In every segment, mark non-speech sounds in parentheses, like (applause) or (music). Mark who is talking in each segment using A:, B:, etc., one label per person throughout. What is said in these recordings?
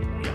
A: 模样。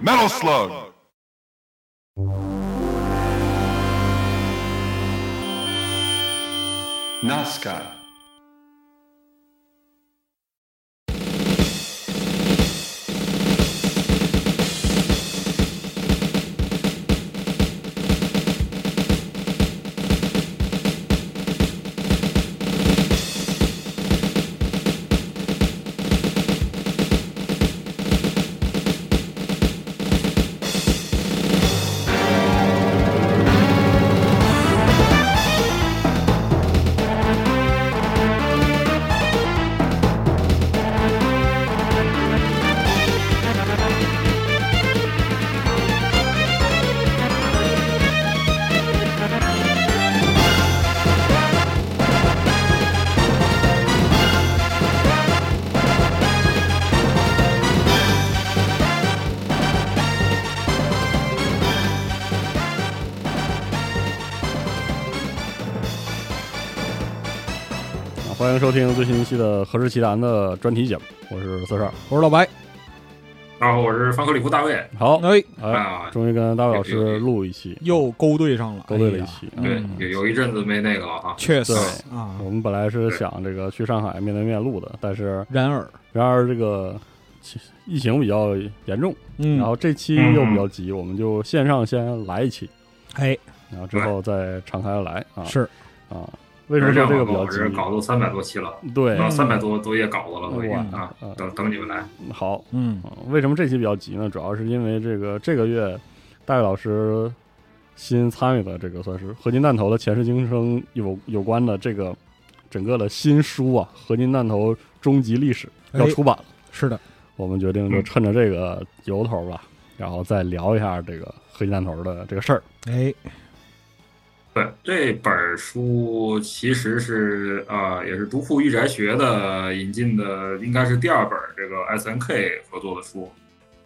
B: Metal Slug. ナスカ
C: 啊欢迎收听最新一期的《何氏奇谈》的专题节目，我是四十二，
D: 我是老白，
E: 然后我是范克里夫大卫
C: 好，
D: 哎，
C: 哎，
E: 啊，
C: 终于跟大卫老师录一期，
D: 又勾兑上了，
C: 勾兑了
D: 哎
C: 一
D: 呀，
C: 期。
E: 对
D: 嗯，
E: 有有一阵子没那个了哈。
D: 确实
C: 对
D: 啊。
C: 我们本来是想这个去上海面对面录的，但是
D: 然而，
C: 然而这个其疫情比较严重，
D: 嗯
C: 然后这期又比较急，我们就线上先来一期，
E: 嗯
D: 哎，
C: 然后之后再敞开来啊。
D: 是
C: 啊，为什么说这
E: 这
C: 个
E: 样
C: 比
E: 吧，
C: 较
E: 我这搞
C: 急？
E: 都三百多期了，
C: 对，
E: 啊，三百多多页稿子了，都已经
C: 哇
E: 啊
C: 嗯，
E: 等等你们来。
C: 好，
D: 嗯，
C: 嗯为什么这期比较急呢？主要是因为这个这个月戴老师新参与的这个算是合金弹头的前世今生有有关的这个整个的新书啊，《合金弹头终极历史》
D: 哎嗯
C: 要出版了，
D: 是的，
C: 我们决定就趁着这个由头吧，然后再聊一下这个合金弹头的这个事儿。
D: 哎，
E: 对，这本儿书其实是啊、也是独库御宅学的引进的，应该是第二本儿这个 S N K 合作的书。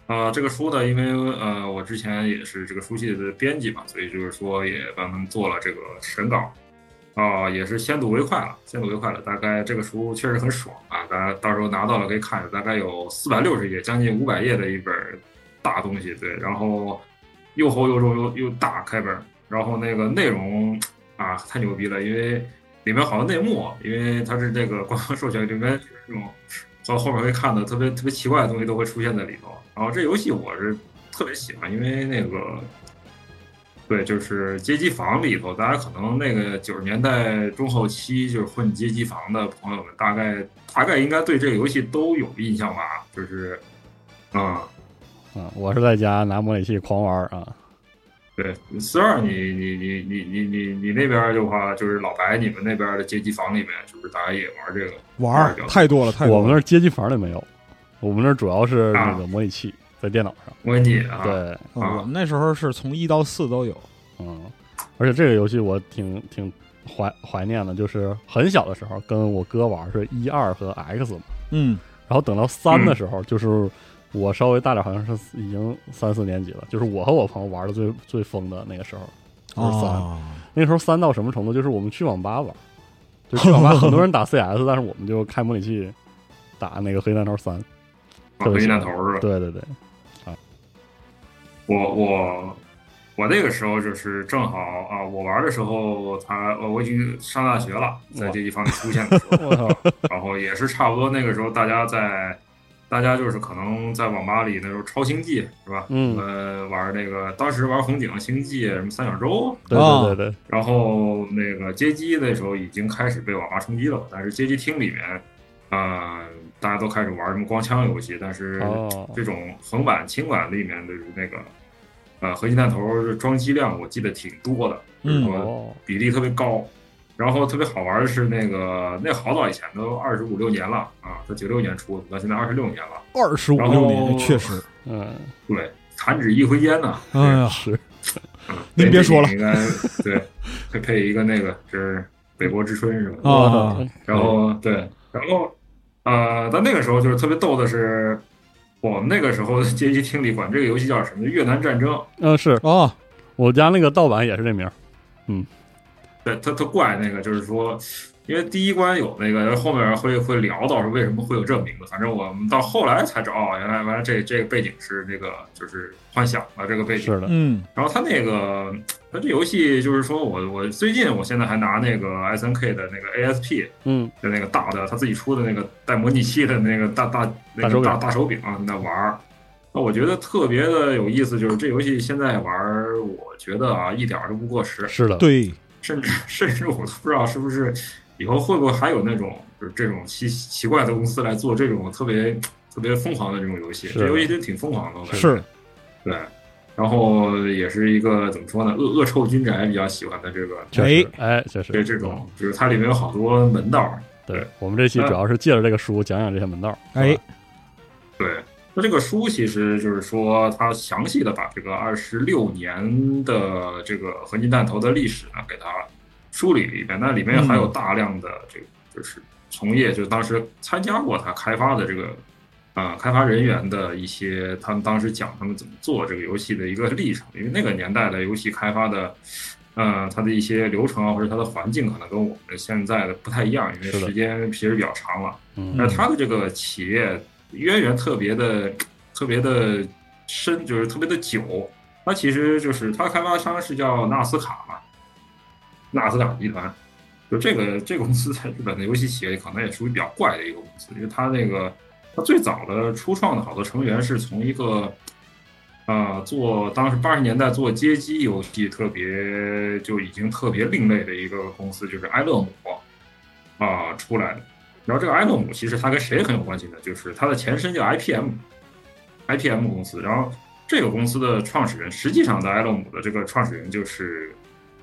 E: 啊、这个书呢，因为呃，我之前也是这个书系的编辑嘛，所以就是说也帮他们做了这个审稿，啊、也是先睹为快了，先睹为快了。大概这个书确实很爽啊，大家到时候拿到了可以看一下，大概有四百六十页，将近五百页的一本儿大东西，对，然后又厚又重又又大开本儿，然后那个内容啊太牛逼了，因为里面好多内幕，因为它是这个官方授权，里面这种到后面会看的特别特别奇怪的东西都会出现在里头。然后这游戏我是特别喜欢，因为那个对，就是街机房里头，大家可能那个九十年代中后期就是混街机房的朋友们，大概大概应该对这个游戏都有印象吧，就是啊。
C: 啊，我是在家拿模拟器狂玩啊，
E: 对，四二，你你你你你你你那边儿的话，就是老白你们那边儿的街机房里面，是不是大家也玩这个？
D: 玩儿太多了，太
C: 我
D: 多
C: 们那
D: 了，
C: 儿街机房里没有，我们那儿主要是那个
E: 啊
C: 模拟器在电脑上。
E: 模拟啊，
C: 对，
D: 嗯我们那时候是从一到四都有，
C: 嗯，而且这个游戏我挺挺怀怀念的，就是很小的时候跟我哥玩是一二和 X 嘛，
D: 嗯
C: 然后等到三
E: 嗯
C: 的时候，就是我稍微大点，好像是已经三四年级了，就是我和我朋友玩的最最疯的那个时候，就是三。
D: 啊，
C: 那时候三到什么程度？就是我们去网吧玩，就去网吧很多人打 CS，但是我们就开模拟器打那个黑弹头三。
E: 啊
C: 特别
E: 黑
C: 小
E: 弹头是吧？
C: 对对对，
E: 我我我那个时候就是正好啊，我玩的时候他呃我已经上大学了，在
C: 哇
E: 这一方面出现的时候，
C: 我操，
E: 然后也是差不多那个时候大家在。大家就是可能在网吧里那时候超星际是吧？
C: 嗯
E: 呃，玩那个当时玩红警、星际什么三角洲，
C: 对
D: 啊
C: 对对对，
E: 然后那个街机那时候已经开始被网吧冲击了，但是街机厅里面，呃，大家都开始玩什么光枪游戏，但是
C: 哦
E: 这种横版、轻版里面的那个，呃，合金弹头装机量我记得挺多的，
D: 嗯
E: 就是说
C: 哦，
E: 比例特别高。然后特别好玩的是那个，那好早以前都二十五六年了啊，它九六年出的，到现在二十六年了，
D: 二十五
E: 然
D: 六
E: 后
D: 年，确实，
C: 嗯，
E: 对，弹指一挥
D: (laughs)
E: 间呐、
D: 哎呀，
C: 是，
E: 嗯
D: 您别说了 (laughs)
E: 应该对，配配一个那个是北国之春是吧？
D: 啊
C: 我操
E: 然后对，然后呃，但那个时候就是特别逗的是，我们那个时候 (laughs) 街机厅里管这个游戏叫什么越南战争，
C: 嗯是
D: 啊，
C: 我家那个盗版也是这名儿，
E: 对，特特怪那个就是说，因为第一关有那个，后面会会聊到是为什么会有这名字，反正我们到后来才知道，哦，原来原来这这个背景是这个就是幻想的这个背景。
C: 是的，
D: 嗯
E: 然后它那个，它这游戏就是说我我最近我现在还拿那个 S N K 的那个 ASP
C: 嗯
E: 就那个大的他自己出的那个带模拟器的那个大大那
C: 大手
E: 个
C: 柄
E: 大大手柄啊，在那玩儿。那我觉得特别的有意思，就是这游戏现在玩儿，我觉得啊一点儿都不过时，
C: 是的，
D: 对，
E: 甚至甚至我都不知道是不是以后会不会还有那种就是这种奇奇怪的公司来做这种特别特别疯狂的这种游戏，
C: 是
E: 这游戏真挺疯狂的，我感觉
D: 是
E: 对。然后也是一个怎么说呢，恶恶臭军宅比较喜欢的这个
C: 确实，哎确实
E: 这这种，就是它里面有好多门道儿，
C: 对我们这期主要是借着这个书讲讲这些门道儿，
D: 哎
C: 是吧，
E: 对，那这个书其实就是说，它详细的把这个二十六年的这个合金弹头的历史呢，给它梳理了一遍。那里面
C: 嗯
E: 还有大量的这个就是从业，就当时参加过它开发的这个啊、呃开发人员的一些，他们当时讲他们怎么做这个游戏的一个历程，因为那个年代的游戏开发的。呃，它的一些流程啊，或者它的环境，可能跟我们现在的不太一样，因为
C: 是的
E: 时间其实比较长了。
C: 嗯
E: 而他的这个企业渊源特别的、特别的深，就是特别的久。它其实就是它开发商是叫纳斯卡嘛，纳斯卡集团。就这个这个公司在日本的游戏企业可能也属于比较怪的一个公司，因为它那个它最早的初创的好多成员是从一个。啊，做当时八十年代做街机游戏特别就已经特别另类的一个公司，就是埃乐姆啊、出来的。然后这个埃诺姆其实它跟谁很有关系呢？就是它的前身叫 IPM，IPM 公司。然后这个公司的创始人，实际上的埃诺姆的这个创始人就是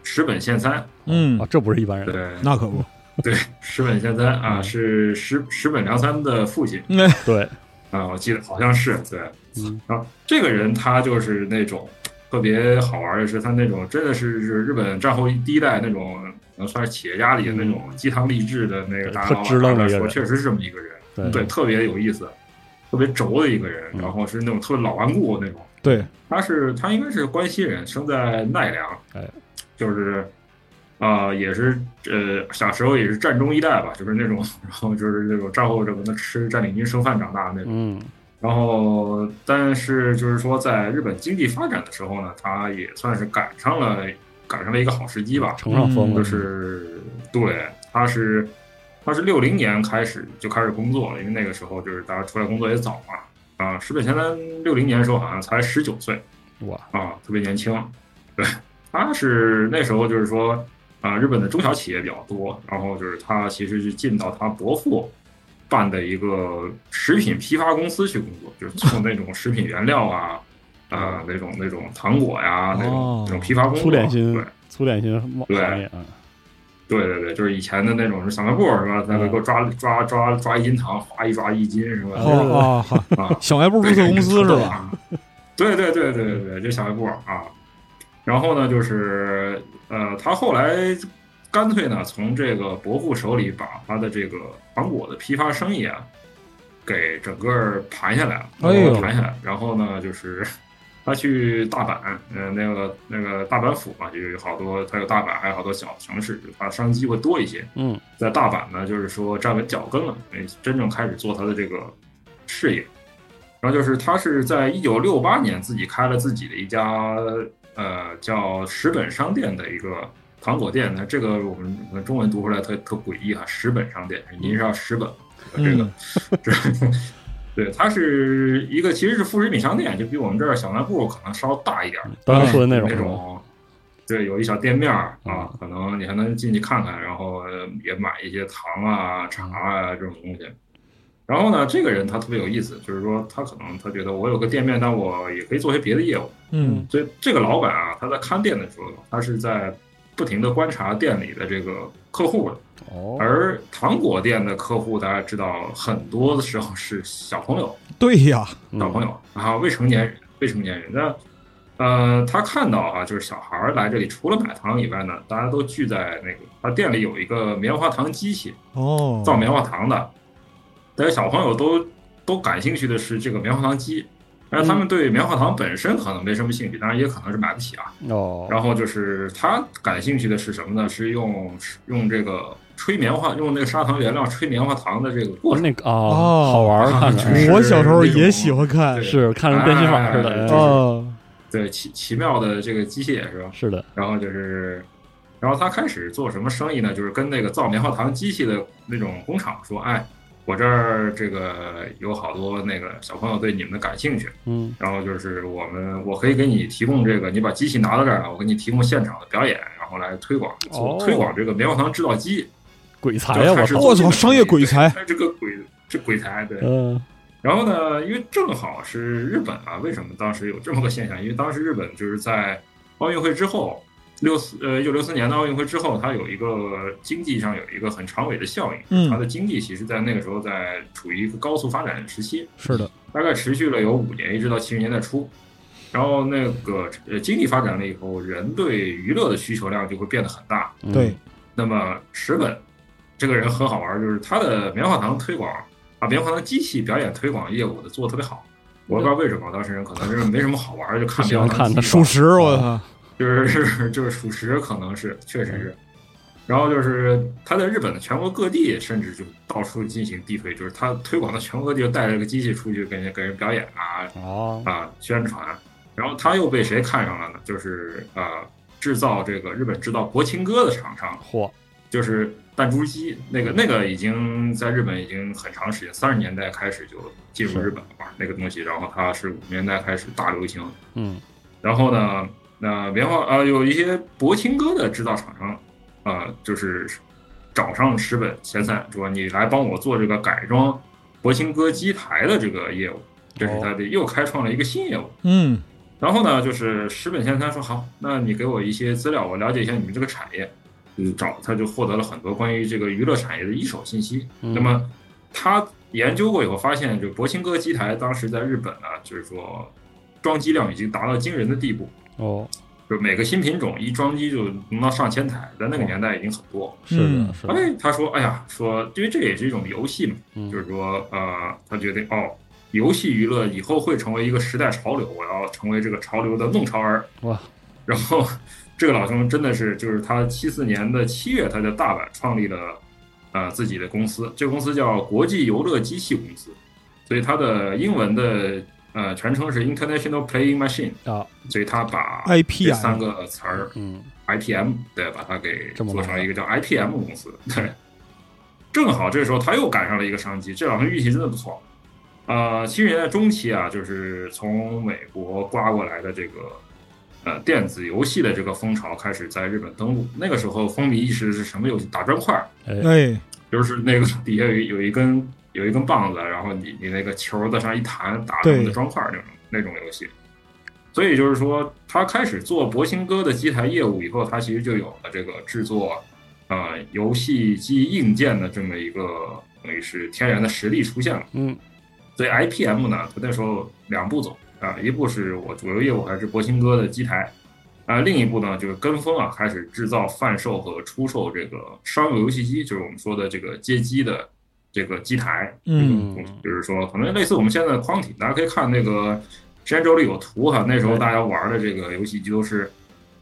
E: 石本宪三。
D: 嗯
C: 啊，这不是一般人，
E: 对
D: 那可不，
E: (laughs) 对，石本宪三啊，
C: 嗯
E: 是石石本良三的父亲
D: 那
C: 对，
E: 啊，我记得好像是对。
C: 嗯
E: 然后这个人他就是那种特别好玩的是，他那种真的是是日本战后第一代那种，能算是企业家里的那种鸡汤励志的那个
C: 对
E: 大
C: 嗯特
E: 佬
C: 支棱的一个
E: 说，
C: 人
E: 确实是这么一个人。
C: 对
E: 对，特别有意思，特别轴的一个人，
C: 嗯
E: 然后是那种特别老顽固那种。
D: 对，
E: 他是他应该是关西人，生在奈良，
C: 哎，
E: 就是啊、也是呃小时候也是战中一代吧，就是那种，然后就是那种战后什么的吃占领军剩饭长大的那种。
C: 嗯
E: 然后，但是就是说，在日本经济发展的时候呢，他也算是赶上了赶上了一个好时机吧，
C: 乘上风
D: 嗯
C: 了
E: 就，是对，他是他是六零年开始就开始工作了，因为那个时候就是大家出来工作也早嘛。啊，石本贤三六零年的时候好像才十九岁
C: 哇，
E: 啊，特别年轻。对，他是那时候就是说啊，日本的中小企业比较多，然后就是他其实是进到他伯父办的一个食品批发公司去工作，就是做那种食品原料啊。啊、那种那种糖果呀，那种
D: 哦
E: 那种批发工作，
C: 粗点心
E: 对，
C: 粗点心冒
E: 对嗯
C: 行业啊，
E: 对对对，就是以前的那种小卖部是吧？他给我抓抓抓抓一斤糖，哗一抓一斤是吧？
D: 哦啊，
E: 啊，
D: 小卖部注册公司是吧？？
E: (laughs) 对对对对对对，就小卖部啊。然后呢，就是呃，他后来干脆呢从这个伯父手里把他的这个糖果的批发生意啊，给整个儿盘下来了，
D: 哎呦
E: 盘下来，然后呢就是。 (laughs) 他去大阪，嗯、那个那个大阪府嘛，就有好多，他有大阪，还有好多小城市，他商机会多一些。
C: 嗯，
E: 在大阪呢，就是说站稳脚跟了，哎，真正开始做他的这个事业。然后就是他是在一九六八年自己开了自己的一家呃叫石本商店的一个糖果店，那这个我们我们中文读出来特特诡异哈，石本商店，您知道石本吗这个
D: 嗯，
E: 这对，它是一个其实是副食品商店，就比我们这儿小卖部可能稍大一点儿，
C: 刚才说的那种
E: 那
C: 是吧？
E: 种，对，有一小店面儿啊
C: 嗯，
E: 可能你还能进去看看，然后呃也买一些糖啊、茶啊这种东西。然后呢，这个人他特别有意思，就是说他可能他觉得我有个店面，但我也可以做些别的业务。
D: 嗯
E: 所以这个老板啊，他在看店的时候，他是在不停的观察店里的这个客户的。
C: 哦，
E: 而糖果店的客户，大家知道，很多的时候是小朋友，
D: 对呀，
E: 小朋
C: 友，
E: 友啊，未成年人，未成年人。那呃，他看到啊，就是小孩儿来这里，除了买糖以外呢，大家都聚在那个他店里有一个棉花糖机器，
D: 哦，
E: 造棉花糖的，但是小朋友都都感兴趣的是这个棉花糖机，但是他们对棉花糖本身可能没什么兴趣，当然也可能是买不起啊。
C: 哦，
E: 然后就是他感兴趣的是什么呢？是用用这个吹棉花，用那个砂糖原料吹棉花糖的这个过程。
C: 那个啊，
D: 哦
C: 好玩儿，看着
E: 是
D: 我小时候也喜欢看
E: 对，
C: 是看着变戏法似
E: 哎嗯
C: 的，哎
D: 啊，
E: 对，奇奇妙的这个机械是吧？
C: 是的，
E: 然后就是，然后他开始做什么生意呢？就是跟那个造棉花糖机器的那种工厂说，哎，我这儿这个有好多那个小朋友对你们的感兴趣，
C: 嗯，
E: 然后就是我们我可以给你提供这个，你把机器拿到这儿了，我给你提供现场的表演，然后来推广做
C: 哦
E: 推广这个棉花糖制造机。
C: 鬼才哎呀，我
E: 就是
C: 操，
D: 我操商业鬼才
E: 这个鬼这鬼才对。
C: 嗯
E: 然后呢，因为正好是日本啊，为什么当时有这么个现象？因为当时日本就是在奥运会之后，六四呃一九六四年的奥运会之后，它有一个经济上有一个很长尾的效应，
D: 嗯
E: 它的经济其实在那个时候在处于一个高速发展时期，
D: 是的，
E: 大概持续了有五年，一直到七十年代初。然后那个呃经济发展了以后，人对娱乐的需求量就会变得很大，
C: 嗯
D: 对，
E: 那么石本这个人很好玩儿，就是他的棉花糖推广，把棉花糖机器表演推广业务的做的特别好。我也不知道为什么，当时人可能是没什么好玩儿，就
C: 不
E: 看
C: 喜
E: 棉
C: 欢
E: 花糖
C: 看
E: 机
C: 他
E: 器
D: 属实，
C: 啊
D: 我操，
E: 就是就是属实，可能是确实是。然后就是他在日本的全国各地，甚至就到处进行地推，就是他推广到全国各地，就带着个机器出去给人给人表演啊，
C: 哦，
E: 啊宣传，然后他又被谁看上了呢？就是啊制造这个日本制造国情歌的厂商，
C: 嚯，
E: 就是弹珠机，那个那个已经在日本已经很长时间，三十年代开始就进入日本了吧，那个东西，然后它是五十年代开始大流行，
C: 嗯，
E: 然后呢，那棉花呃有一些博青哥的制造厂商啊、呃就是找上石本贤三说你来帮我做这个改装博青哥机台的这个业务，这是他的又开创了一个新业务。
D: 嗯
E: 然后呢，就是石本先他说好，那你给我一些资料，我了解一下你们这个产业。嗯，找他就获得了很多关于这个娱乐产业的一手信息。
C: 嗯
E: 那么他研究过以后发现，就博兴哥机台当时在日本啊，就是说装机量已经达到惊人的地步，
C: 哦，
E: 就每个新品种一装机就能到上千台，在那个年代已经很多。
C: 是
D: 嗯
C: 的，是的，
E: 哎，他说，哎呀，说因为这也是一种游戏嘛，
C: 嗯
E: 就是说，呃，他觉得哦，游戏娱乐以后会成为一个时代潮流，我要成为这个潮流的弄潮儿。
C: 哇！
E: 然后这个老兄真的是，就是他七四年的七月，他在大阪创立了呃自己的公司，这个公司叫国际游乐机器公司，所以它的英文的呃全称是 International Playing Machine，
C: 啊，
E: 所以他把这
D: IPM
E: 三个词儿
C: 嗯，
E: IPM，对，把它给
C: 这么
E: 做
C: 麻
E: 成
C: 烦
E: 了一个叫 IPM 公司。对，正好这时候他又赶上了一个商机，这两个运气真的不错。呃，七十年代中期啊，就是从美国刮过来的这个呃电子游戏的这个风潮开始在日本登陆。那个时候风靡一时是什么游戏？打砖块儿，
C: 哎，
D: 哎，
E: 就是那个底下有一有一根 (laughs) 有一根棒子，然后你你那个球在上一弹，打他们的
D: 对
E: 砖块儿那种那种游戏。所以就是说，他开始做博兴哥的机台业务以后，他其实就有了这个制作呃游戏机硬件的这么一个等于是天然的实力出现了。
C: 嗯，
E: 所以 IPM 呢，它那时候两步走啊，一步是我主流业务还是博兴哥的机台，呃，另一步呢，就是跟风啊，开始制造、贩售和出售这个商用游戏机，就是我们说的这个街机的这个机台。
D: 嗯
E: 嗯，就是说可能类似我们现在的框体，大家可以看那个时间轴里有图哈，那时候大家玩的这个游戏机都是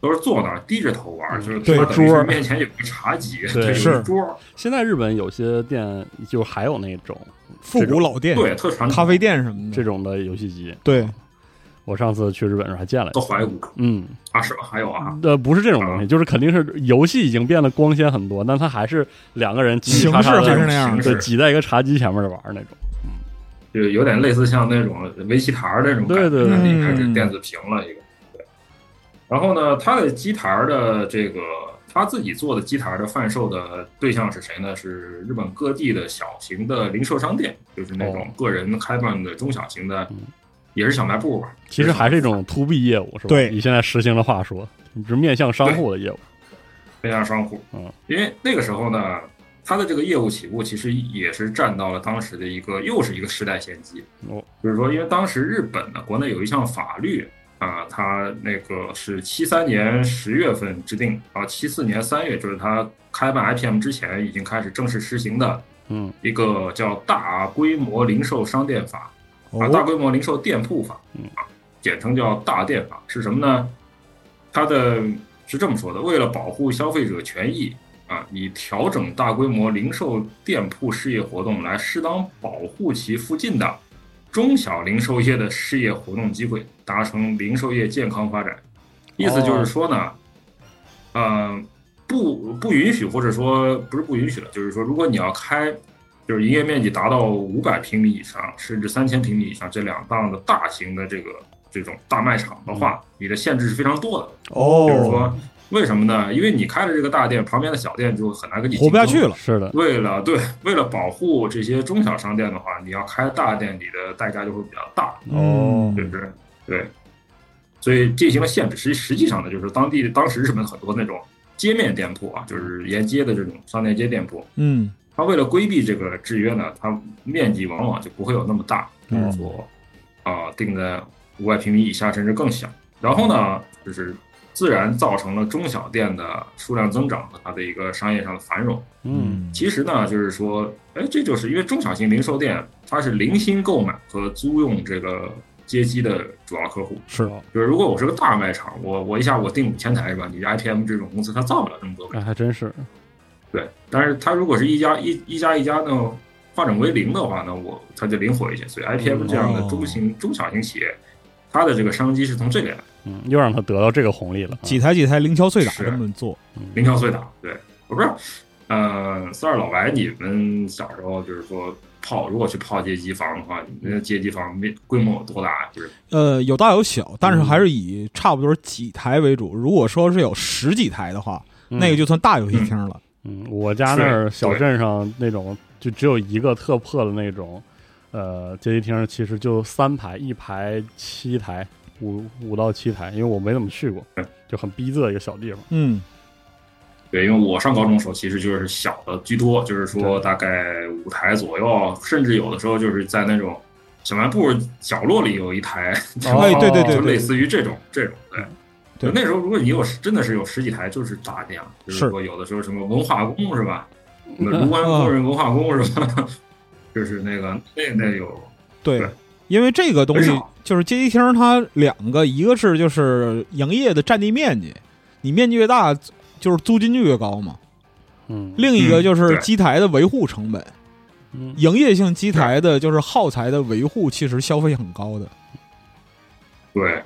E: 都是坐那儿低着头玩，就是
D: 嗯对
E: 它等于
D: 桌
E: 是
D: 儿
E: 面前有个茶几，
C: 对
E: 有
D: 是
E: 个桌儿，
C: 现在日本有些店就还有那种
D: 复古老店、
E: 对，特传统，
D: 咖啡店什么的，
C: 这种嗯的游戏机，
D: 对，
C: 我上次去日本的时候还见了一
E: 都
D: 哦
C: 个。
E: 怀古
C: 嗯，
E: 啊，是吧？还有啊，
C: 呃，不是这种东西，就是肯定是游戏已经变得光鲜很多，但它还是两个人
D: 形式还是那样
E: 形
D: 的，
E: 式
C: 对挤在一个茶几前面玩儿那种。
E: 就是有点类似像那种围棋台儿那种感
C: 对
E: 觉，
C: 对
D: 对
E: 一开始
D: 嗯
E: 电子屏了一个。对，然后呢，它的机台儿的这个他自己做的机台儿的贩售的对象是谁呢？是日本各地的小型的零售商店，就是那种
C: 哦
E: 个人开办的中小型的
C: 嗯，
E: 也是小卖部吧。
C: 其实还是一种 to B 业务，是吧？
D: 对
C: 以现在实行的话说，嗯你是面向商户的业务。
E: 面向商户。
C: 嗯，
E: 因为那个时候呢，他的这个业务起步其实也是占到了当时的一个又是一个时代先机。
C: 哦，
E: 就是说，因为当时日本呢，国内有一项法律啊、它那个是七三年十月份制定，啊，七四年三月，就是它开办 IPM 之前已经开始正式实行的
C: 嗯，
E: 一个叫《大规模零售商店法》。啊，大
D: 哦，
E: 规模零售店铺法
C: 嗯，
E: 啊，简称叫大店法，是什么呢？它的是这么说的：为了保护消费者权益啊，以调整大规模零售店铺事业活动来适当保护其附近的中小零售业的事业活动机会，达成零售业健康发展。意思就是说呢，嗯、不不允许，或者说不是不允许了，就是说，如果你要开，就是营业面积达到五百平米以上，甚至三千平米以上这两档的大型的这个这种大卖场的话，你的限制是非常多的。比如
D: 嗯哦，
E: 说，为什么呢？因为你开了这个大店，旁边的小店就很难跟你
D: 活不下去
E: 了。
D: 了，
C: 是的，
E: 为了对，为了保护这些中小商店的话，你要开大店，你的代价就会比较大。
D: 哦
E: 对不对？对，所以进行了限制。实实际上呢，就是当地当时日本很多那种街面店铺啊，就是沿街的这种商店街店铺，
D: 嗯，
E: 它为了规避这个制约呢，它面积往往就不会有那么大，就
D: 嗯
E: 是说啊、定在五百平米以下甚至更小。然后呢，就是自然造成了中小店的数量增长和它的一个商业上的繁荣。
C: 嗯，
E: 其实呢，就是说，哎，这就是因为中小型零售店它是零星购买和租用这个街机的主要客户。
C: 是哦，
E: 就是如果我是个大卖场，我我一下我定五千台是吧？你 IPM 这种公司它造不了这么多个。
C: 哎，还真是，
E: 对，但是它如果是一家一一家一家呢，化整为零的话呢，我它就灵活一些。所以 IPM 这样的中型、中小型企业，它的这个商机是从这里来的，
C: 嗯，又让他得到这个红利了。
D: 几台几台零敲碎打
E: 是啊
D: 这么做，
E: 零敲碎打。对，我不知道，呃，三儿老白，你们小时候就是说泡，如果去泡街机房的话，你们的街机房面规模有多大呀？就是
D: 呃，有大有小，
C: 嗯
D: 但是还是以差不多几台为主。如果说是有十几台的话，
C: 嗯
D: 那个就算大游戏厅了。
C: 嗯，我家那儿小镇上那种就只有一个特破的那种，呃，街机厅其实就三排，一排七台，五五到七台，因为我没怎么去过
E: 嗯，
C: 就很逼仄的一个小地方。
D: 嗯，
E: 对，因为我上高中的时候其实就是小的居多，就是说
C: 对
E: 大概五台左右，甚至有的时候就是在那种小卖部角落里有一台，
C: 哦
D: 哎，对对对
E: 就类
D: 对，
E: 似于这种这种对。
D: 对
E: 就那时候如果你有真的是有十几台，就是大量，就是
D: 是
E: 说有的时候什么文化宫
D: (laughs)
E: 是吧？那
C: 哦
E: 卢湾工
D: 嗯
E: 人文化宫是吧？ (laughs) 就是那个那那有
D: 对
E: 对，
D: 因为这个东西
E: 很少
D: 就是街机厅，它两个，一个是就是营业的占地面积，你面积越大，就是租金就越高嘛。
C: 嗯，
D: 另一个
E: 嗯
D: 就是
E: 对
D: 机台的维护成本，
C: 嗯
D: 营业性机台的就是耗材的维护，其实消费很高的。
E: 对，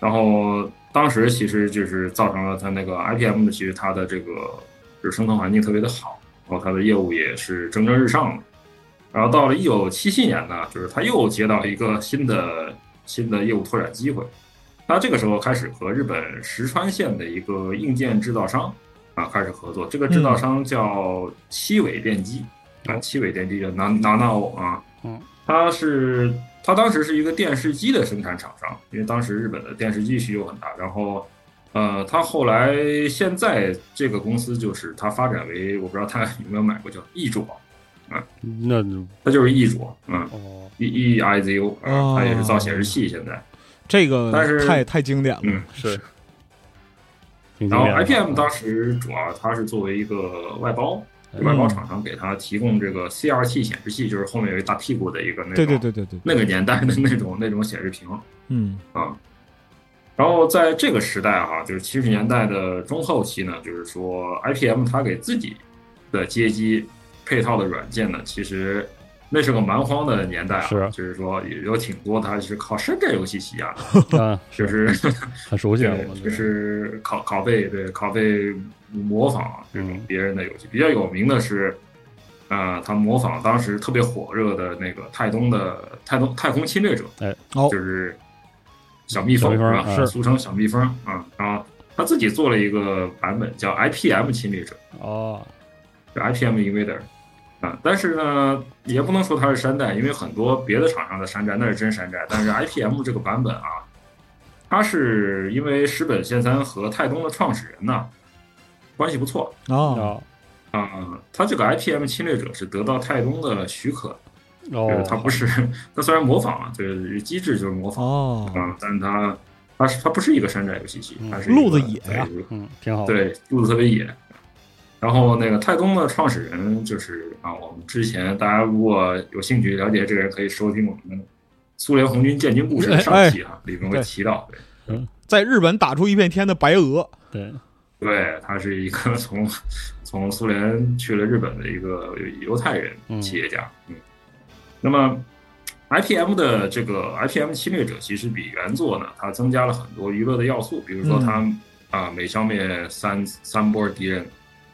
E: 然后当时其实就是造成了它那个 IPM 的，其实它的这个就是生存环境特别的好，然后它的业务也是蒸蒸日上的。然后到了一九七七年呢，就是它又接到一个新的新的业务拓展机会，它这个时候开始和日本石川县的一个硬件制造商啊开始合作，这个制造商叫七尾电机、啊，七尾电机叫南南纳欧啊，它是它当时是一个电视机的生产厂商，因为当时日本的电视机需求很大。然后，呃，它后来现在这个公司就是它发展为，我不知道它有没有买过叫易卓，
C: 那就
E: 它就是易卓，嗯
C: 哦，
E: ，E E I Z U，、
D: 哦
E: 它也是造显示器现在，
D: 这个
E: 但是
D: 太太经典了。
E: 嗯，
C: 是挺经
E: 然后
C: 典的。
E: IPM 当时主要它是作为一个外包，
D: 哎
E: 外包厂商给它提供这个 CRT 显示器，就是后面有一大屁股的一个那种
D: 对对对对对，
E: 那个年代的那种那种显示屏
D: 嗯
E: 啊。然后在这个时代啊，就是七十年代的中后期呢，就是说 IPM 它给自己的街机配套的软件呢，其实那是个蛮荒的年代啊，
C: 是
E: 就是说有挺多它是靠山寨游戏起 (laughs) 家的，
C: 啊，
E: 就是是
C: 很熟悉啊，
E: (laughs) 对
C: 我们
E: 就是拷拷贝，对拷贝模仿这种别人的游戏。比较有名的是，呃，他模仿当时特别火热的那个泰东的泰东太空侵略者，
D: 哦
E: 就是小蜜蜂
C: 小蜜蜂
E: 啊，
C: 是
E: 俗称小蜜蜂啊。然后他自己做了一个版本叫 IPM 侵略者，
C: 哦，
E: 就 IPM Invader。啊，但是呢，也不能说它是山寨，因为很多别的厂商的山寨那是真山寨，但是 IPM 这个版本啊，它是因为石本宪三和泰东的创始人呢关系不错
D: 啊
C: 哦，
E: 啊、他这个 IPM 侵略者是得到泰东的许可，就是
C: 哦，
E: 他不是，他虽然模仿啊，就是机制就是模仿啊、
D: 哦，
E: 但他他是他不是一个山寨游戏机
C: 嗯，
E: 它是一个
D: 路子野啊呀
E: 对
C: 嗯，挺好的，
E: 对，路子特别野。然后那个泰东的创始人就是啊，我们之前大家如果有兴趣了解这个人，可以收听我们的《苏联红军建军故
D: 哎
E: 事》上期啊，里面会提到。对
D: 在日本打出一片天的白俄，
C: 对，
E: 对，他是一个 (laughs) 从从苏联去了日本的一个犹太人企业家。嗯，那么 IPM 的这个 IPM 侵略者其实比原作呢，它增加了很多娱乐的要素，比如说它啊、每消灭三三波敌人，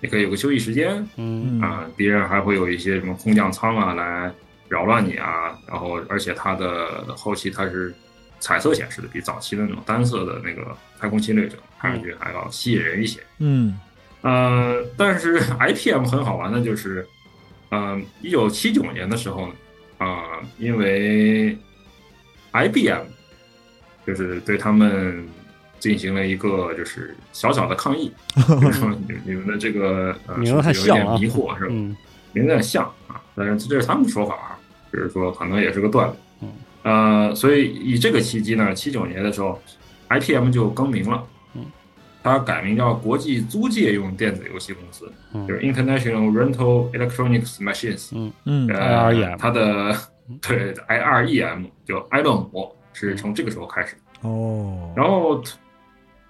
E: 你可以有个休息时间，
C: 嗯
D: 嗯
E: 啊，敌人还会有一些什么空降舱啊来扰乱你啊，然后而且它的后期它是彩色显示的，比早期的那种单色的那个太空侵略者看上去还要吸引人一些。
D: 嗯
E: 呃，但是 (laughs) IPM 很好玩的就是，嗯、1一九七九年的时候呢，啊、因为 IBM 就是对他们进行了一个就是小小的
C: (laughs)
E: 抗议，就是说你你们的这个呃
C: 名字太
E: 是不是有
C: 像了啊
E: 点迷惑是吧？
C: 嗯
E: 名字有点像啊，但是这是他们的说法啊，就是说可能也是个段子。
C: 嗯，
E: 呃，所以以这个契机呢，七九年的时候，IPM 就更名了，
C: 嗯，
E: 它改名叫国际租借用电子游戏公司，
C: 嗯
E: 就是 International Rental Electronics Machines，
D: 嗯
E: 呃
C: IREM
E: 它的
C: 嗯
E: (laughs) 对 IREM 就埃勒姆是从这个时候开始。
D: 哦，
E: 然后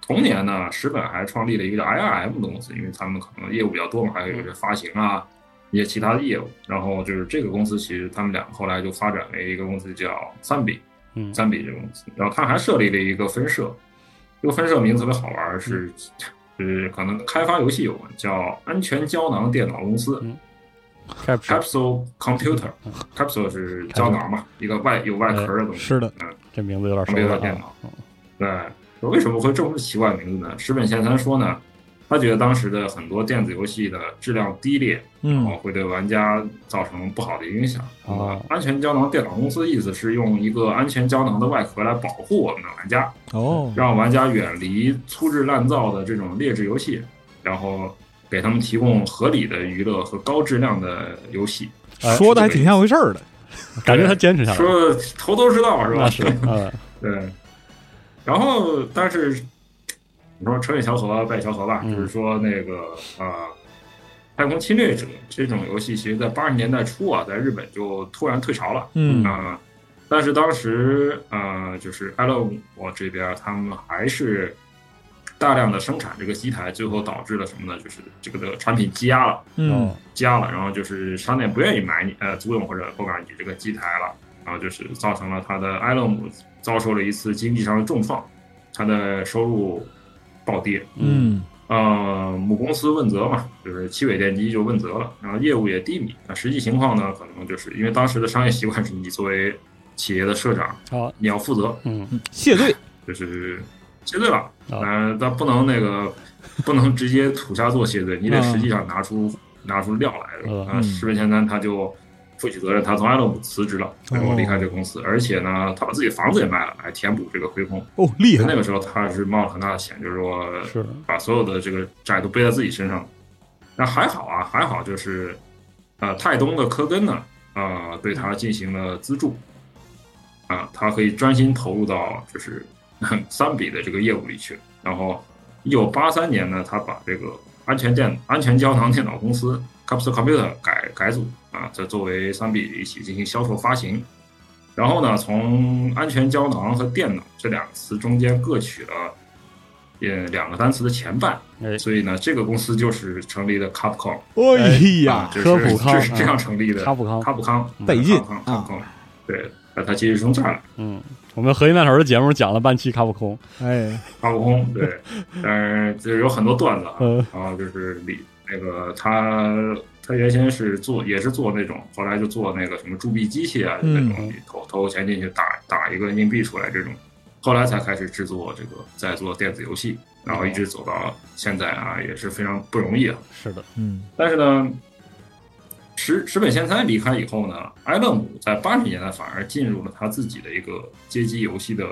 E: 同年呢，石本还创立了一个叫 IRM 的公司，因为他们可能业务比较多嘛，还有一些发行啊，一些其他的业务。然后就是这个公司，其实他们两个后来就发展为一个公司叫三比
C: 嗯
E: 三比这个公司。然后他还设立了一个分社，这个分社名字特别好玩儿，是是可能跟开发游戏有关，叫安全胶囊电脑公司。
C: 嗯，capture
E: Capsule Computer，Capsule 是胶囊嘛，一个外有外壳的东西。嗯
D: 是的，
C: 这名字有点熟
E: 没有
C: 了
E: 电
C: 啊
E: 脑，对，我为什么会这么奇怪的名字呢？石本宪三说呢，他觉得当时的很多电子游戏的质量低劣，然后
D: 嗯
E: 会对玩家造成不好的影响。那
C: 哦
E: 么安全胶囊电脑公司意思是用一个安全胶囊的外壳来保护我们的玩家，
D: 哦，
E: 让玩家远离粗制滥造的这种劣质游戏，然后给他们提供合理的娱乐和高质量的游戏。
C: 哎
D: 说的还挺像回事儿的，
C: 感觉他坚持下来了，
E: 说的头头是道是吧？
C: 那是，嗯，
E: 对，然后但是你说成也萧何，败也萧何吧，
C: 嗯
E: 就是说那个啊，太空侵略者》这种游戏，其实在八十年代初啊，在日本就突然退潮了
D: 嗯
E: 啊、但是当时呃，就是爱乐我这边他们还是大量的生产这个机台，最后导致了什么呢？就是这个的产品积压了。
D: 嗯
E: 加了，然后就是商店不愿意买你呃租用或者购买你这个机台了，然后就是造成了他的埃勒姆遭受了一次经济上的重创，他的收入暴跌。
D: 嗯
E: 呃，母公司问责嘛，就是七尾电机就问责了，然后业务也低迷。那实际情况呢，可能就是因为当时的商业习惯是你作为企业的社长，
C: 好，
E: 你要负责，
C: 嗯，
D: 嗯，谢罪，
E: 就是谢罪了，
C: 啊
E: 但但不能那个不能直接土下座谢罪，你得
D: 啊
E: 实际上拿出、拿出料来
C: 嗯
E: 了。啊，石本贤三他就负起责任，他从安乐姆辞职了，然后离开这个公
C: 哦
E: 司，而且呢，他把自己的房子也卖了来填补这个亏空。
D: 哦，厉
E: 那
D: 害，
E: 个时候他是冒了很大的险，就是说
C: 哎是的
E: 把所有的这个债都背在自己身上。那还好啊，还好就是，呃，泰东的科根呢，啊，对他进行了资助， (laughs) 啊、他可以专心投入到就是三笔的这个业务里去。然后一九八三年呢，他把这个安全电安全胶囊电脑公司 Capsule Computer 改改组啊，这作为三笔一起进行销售发行。然后呢，从安全胶囊和电脑这两个词中间各取了也两个单词的前半，
C: 哎，
E: 所以呢，这个公司就是成立的 Capcom
D: 哎呀
E: 啊，，这
C: 科
E: 是
C: 普康
E: 这是这
C: 啊
E: 样成立的
C: 卡普康，
E: 卡普康，
C: 嗯
D: 得劲
E: 卡普康
D: 啊！
E: 卡普康对，那它其实是从这儿来的。
C: 嗯，我们核心那头的节目讲了半期卡普空，
D: 哎，
E: 卡悟空，对，
C: (laughs)
E: 但是就是有很多段子啊，
C: 嗯
E: 然后就是李那个他他原先是做也是做那种，后来就做那个什么铸币机器啊，就那种
C: 嗯
E: 你投投钱进去打打一个硬币出来这种，后来才开始制作这个在做电子游戏，然后一直走到现在啊，也是非常不容易啊。
C: 是的，
D: 嗯，
E: 但是呢，石石本宪三离开以后呢，埃勒姆在八十年代反而进入了他自己的一个街机游戏的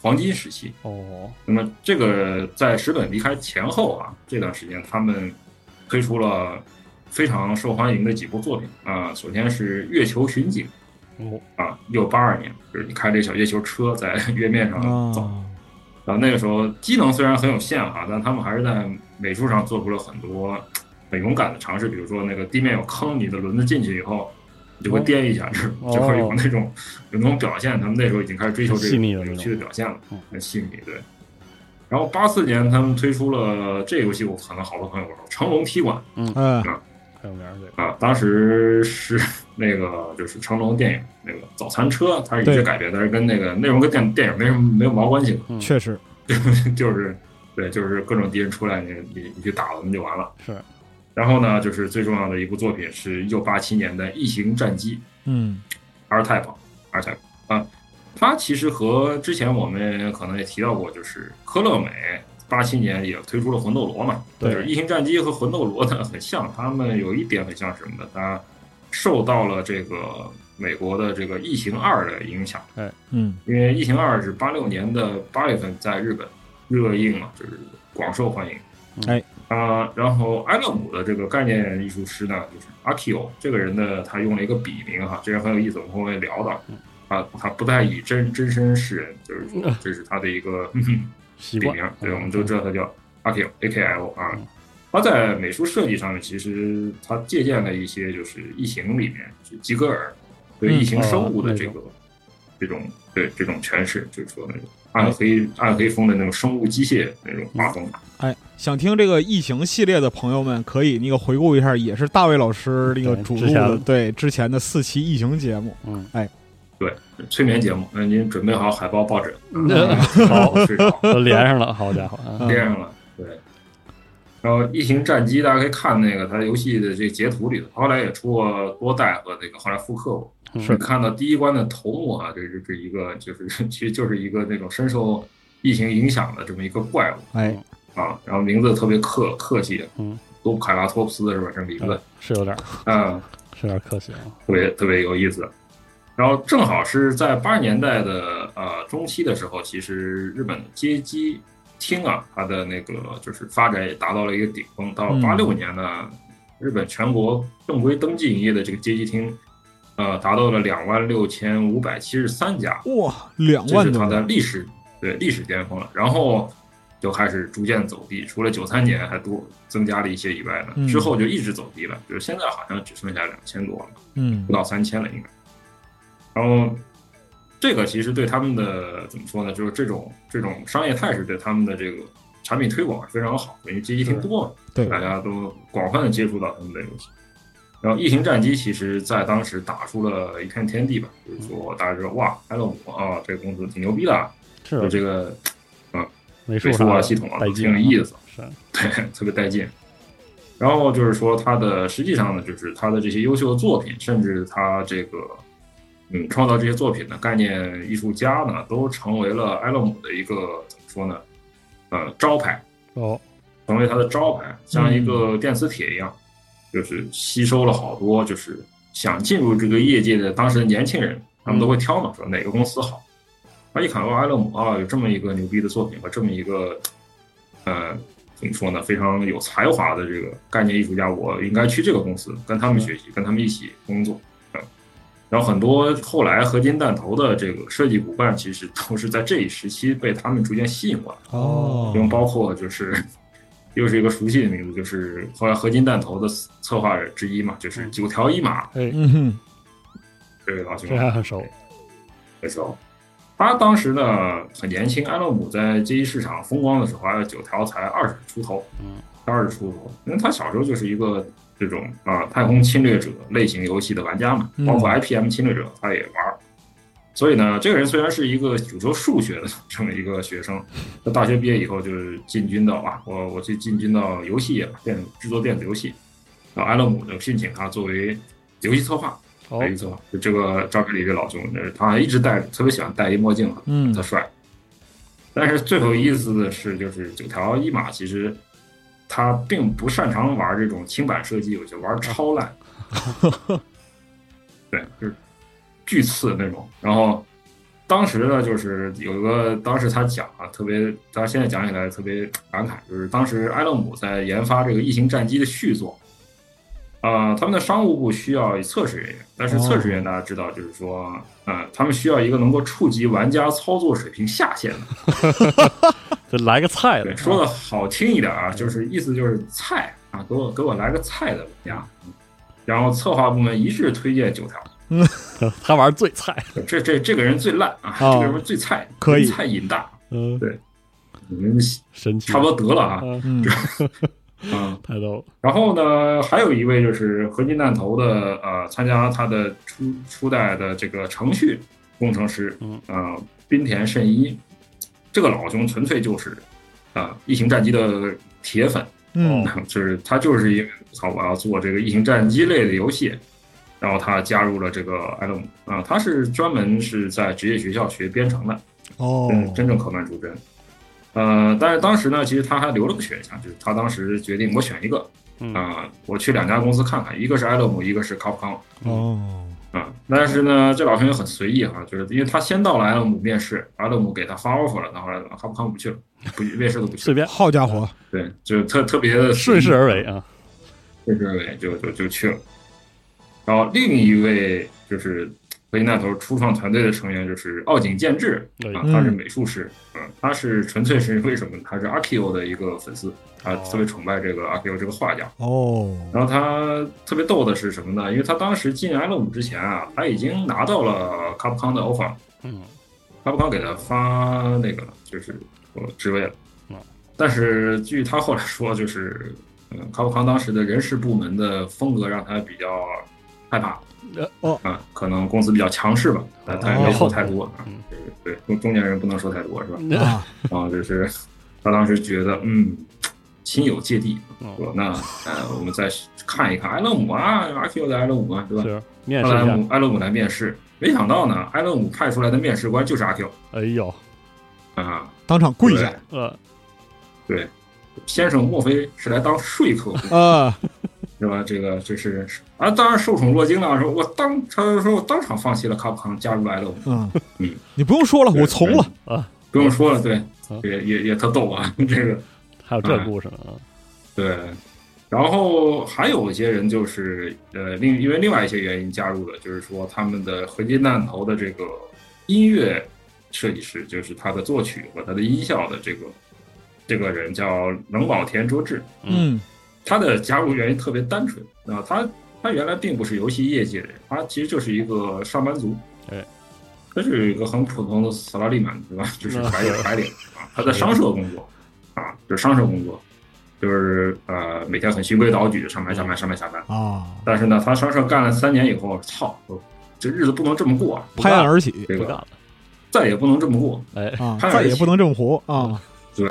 E: 黄金时期。
C: 哦，
E: 那么这个在石本离开前后啊这段时间，他们推出了非常受欢迎的几部作品啊、首先是《月球巡警
C: 哦，》
E: 啊，一九八二年，就是你开这小月球车在 (laughs) 月面上走。
D: 啊，
E: 然后那个时候机能虽然很有限哈、但他们还是在美术上做出了很多很勇敢的尝试，比如说那个地面有坑，你的轮子进去以后。
C: 哦
E: 你就会颠一下，就就会有那种有那种表现。他们那时候已经开始追求这
C: 细
E: 种
C: 腻的那
E: 有趣
C: 种
E: 的表现了
C: 嗯，
E: 很细腻。对，然后八四年他们推出了这个游戏，我可能好多朋友玩过，《成龙踢馆
D: 哎，
C: 很有名儿这个，》
E: 啊，当时是 (laughs) 那个就是成龙电影那个《早餐车》，它是一
D: 对
E: 直改编，但是跟那个内容跟电电影没什么没有毛关系的，
C: 嗯
D: 确实，
E: 就是对，就是各种敌人出来，你你你去打他们就完了。
C: 是。
E: 然后呢，就是最重要的一部作品是1987年的《异形战机》
D: 嗯，
E: ，R Type R Type 啊，它其实和之前我们可能也提到过，就是科乐美八七年也推出了魂斗罗嘛，
C: 对
E: 就是异形战机和魂斗罗呢很像，他们有一点很像什么呢？它受到了这个美国的这个异形二的影响，
D: 嗯，
E: 因为异形二是八六年的八月份在日本热映嘛，就是广受欢迎。
D: 哎，
E: 啊、然后埃勒姆的这个概念艺术师呢，就是阿 Q 这个人呢，他用了一个笔名哈，这人很有意思，我们会聊到。啊，他不太以真真身示人，就是说这是他的一个
C: 习
E: 笔
C: 惯
E: 名，，对，我们都知道他叫 a k A K L 啊。
C: 嗯
E: 他在美术设计上面，其实他借鉴了一些就是《异形》里面就吉格尔对
D: 嗯
E: 异形生
C: 哦
E: 物的
C: 那
E: 这
C: 种
E: 个、这种对这种诠释，就是说那种暗黑、暗黑风的那种生物机械那种画风。
D: 哎，想听这个疫情系列的朋友们，可以那个回顾一下，也是大卫老师那个
C: 对
D: 主
C: 之
D: 录
C: 前
D: 的
C: 的，
D: 对之前的四期疫情节目，
C: 嗯，
E: 对，催眠节目，那您准备好海报、抱枕，
C: 那 (laughs)
E: 好好睡着，
C: 嗯都连上了，好家伙啊，
E: 连上了，对。然后《异形战机》，大家可以看那个它游戏的这截图里头，后来也出过多代和那个后来复刻过。
C: 是
E: 你看到第一关的头目啊，这这这一个就是 (laughs) 其实就是一个那种深受异形影响的这么一个怪物
D: 哎，
E: 啊，然后名字特别客客气，
C: 嗯，
E: 多普凯拉托普斯是吧？这名字，
C: 是有点儿
E: 嗯，
C: 是有点儿可惜啊，
E: 特别特别有意思。然后正好是在八十年代的呃中期的时候，其实日本的街机厅啊，它的那个就是发展也达到了一个顶峰。到
D: 嗯
E: 八六年呢，日本全国正规登记营业的这个街机厅，呃，达到了两万六千五百七十三家，
D: 哇，两
E: 这
D: 万
E: 是
D: 多
E: 它的
D: 人，
E: 历史对历史巅峰了。然后就开始逐渐走低，除了九三年还多增加了一些以外
D: 嗯
E: 呢，之后就一直走低了，就是现在好像只剩下两千多了。
D: 嗯
E: 不到三千了应该。然后这个其实对他们的怎么说呢？就是这种这种商业态势对他们的这个产品推广是非常好的，因为街机厅多嘛，
D: 对
E: 大家都广泛的接触到他们的游戏。然后《异形战机》其实在当时打出了一片天地吧，就是说大家知道哇，埃勒姆啊，这个公司挺牛逼的啊，就是这个
C: 美术
E: 美术
C: 啥
E: 啊、系统啊
C: 带
E: 都
C: 劲
E: 挺有意思。
C: 是
E: 对，特别带劲。然后就是说，它的实际上呢，就是它的这些优秀的作品，甚至它这个嗯创造这些作品的概念艺术家呢，都成为了埃勒姆的一个怎么说呢？呃，招牌，
C: 哦，
E: 成为他的招牌，像一个电磁铁一样，就是吸收了好多，就是想进入这个业界的当时的年轻人，他们都会挑嘛，说哪个公司好。他一看到埃勒姆啊，有这么一个牛逼的作品和这么一个，呃，怎么说呢，非常有才华的这个概念艺术家，我应该去这个公司跟他们学习，跟他们一起工作。嗯然后很多后来合金弹头的这个设计骨干，其实都是在这一时期被他们逐渐吸引过来。
D: 哦
E: 因为包括就是又是一个熟悉的名字，就是后来合金弹头的策划之一嘛，就是九条一马
C: 哎，
D: 嗯哼，
E: 这位老兄
C: 这，还很熟，
E: 没错。他当时呢很年轻，安乐姆在街机市场风光的时候，还有九条才二十出头，
C: 嗯，
E: 二十出头，因为他小时候就是一个这种啊、太空侵略者类型游戏的玩家嘛
D: 嗯，
E: 包括 IPM 侵略者他也玩儿。所以呢，这个人虽然是一个主修数学的这么一个学生，他大学毕业以后就是进军到啊，我我去进军到游戏业吧，电子制作电子游戏。然后安乐姆就聘请他作为游戏策划，
C: 好，
E: 没错，就这个赵克里这老兄，呃他一直戴，特别喜欢戴一墨镜，
D: 嗯
E: 特帅。但是最有意思的是，就是九条一马其实他并不擅长玩这种轻板射击游戏，玩超烂，对，就是巨次那种。然后当时呢，就是有一个，当时他讲啊，特别，他现在讲起来特别感慨，就是当时埃勒姆在研发这个异形战机的续作，啊，他们的商务部需要测试人员，但是测试人员大家知道，就是说，呃，他们需要一个能够触及玩家操作水平下限的。
C: 这来个菜
E: 对，
C: 的，
E: 说的好听一点啊，就是意思就是菜啊，给我给我来个菜的玩家。然后策划部门一致推荐九条，
C: 他玩最菜，
E: 这这这个人最烂啊，
D: 哦
E: 这个人最菜，
D: 可以
E: 菜瘾大，
C: 嗯，
E: 你们
C: 神奇，
E: 差不多得了啊，
C: 嗯，
D: 嗯
E: 嗯。
C: 太逗了，
E: 然后呢，还有一位就是合金弹头的呃，参加他的初初代的这个程序工程师，
C: 嗯
E: 呃，滨田慎一，这个老兄纯粹就是啊、异形战机的铁粉，
D: 嗯，
E: (laughs) 就是他就是因为操我要做这个异形战机类的游戏，然后他加入了这个艾勒姆啊、他是专门是在职业学校学编程的，
D: 哦，
E: 嗯真真正科班出身。呃，但是当时呢，其实他还留了个选项，就是他当时决定我选一个，
C: 嗯
E: 啊、我去两家公司看看，一个是埃勒姆，一个是 Capcom 啊、
D: 哦，
E: 但是呢，这老兄也很随意哈、就是因为他先到了埃勒姆面试，埃勒姆给他发 offer 了，然后后来 Capcom 不去了，不面试都不去
C: 随
E: 了，
C: 便
D: 好家伙，
E: 对，就是特特别的
C: 顺势而为 (laughs) 啊，
E: 顺势而为就就就去了。然后另一位就是合金弹头初创团队的成员就是奥井健治
C: 哎
E: 啊，
D: 嗯
E: 他是美术师，嗯，他是纯粹是为什么呢？他是阿 Q 的一个粉丝，他
C: 哦
E: 特别崇拜这个阿 Q 这个画家。
D: 哦，
E: 然后他特别逗的是什么呢？因为他当时进 L 五之前啊，他已经拿到了 Capcom 的 offer，
C: 嗯，
E: 他不刚给他发那个就是呃职位了
C: 嗯。
E: 但是据他后来说，就是嗯，卡普康当时的人事部门的风格让他比较害怕
C: 呃
D: 哦
E: 啊，可能公司比较强势吧，但他也没说太多啊
C: 嗯，
E: 就是对中中年人不能说太多是吧？
D: 啊，
E: 然后就是他当时觉得嗯。心有芥蒂，说
C: 嗯，
E: 那呃，我们再看一看埃勒姆啊，阿 Q 的埃勒姆啊，对吧？
C: 是面试
E: 后来
C: 一下，
E: 姆埃勒姆来面试，没想到呢，埃勒姆派出来的面试官就是阿 Q
C: 哎呦，
E: 啊，
D: 当场跪下，
C: 呃，
E: 对，先生莫非是来当说客户
D: 啊，
E: 是吧？这个这是啊，当然受宠若惊了，说我当他说我当场放弃了卡普康，加入了 L，
D: 嗯
E: 嗯，
D: 你不用说了，我从了，
E: 不用说了，对
C: 啊，
E: 也也也特逗啊， (laughs) 这个
C: 还有
E: 嗯
C: 这故事呢，啊
E: 对。然后还有一些人就是呃，另因为另外一些原因加入了，就是说他们的合金弹头的这个音乐设计师，就是他的作曲和他的音效的这个这个人叫冷保田卓志，
D: 嗯
E: 他的加入原因特别单纯啊，他他原来并不是游戏业界的人，他其实就是一个上班族，
C: 哎，
E: 他是一个很普通的萨拉利曼，对吧？就是
C: 那
E: 白领白领啊，他在商社工作啊，就是商社工作，就是呃每天很循规蹈矩的上班下班上班下班，
D: 啊，
E: 但是呢，他商社干了三年以后，操，这日子不能这么过啊，
D: 拍案而起
E: 这
C: 不干
E: 个
C: 了，
E: 再也不能这么过，
C: 哎，
D: 啊，
E: 拍案
D: 再
E: 而
D: 也
E: 起
D: 不能这么活啊，
E: 对，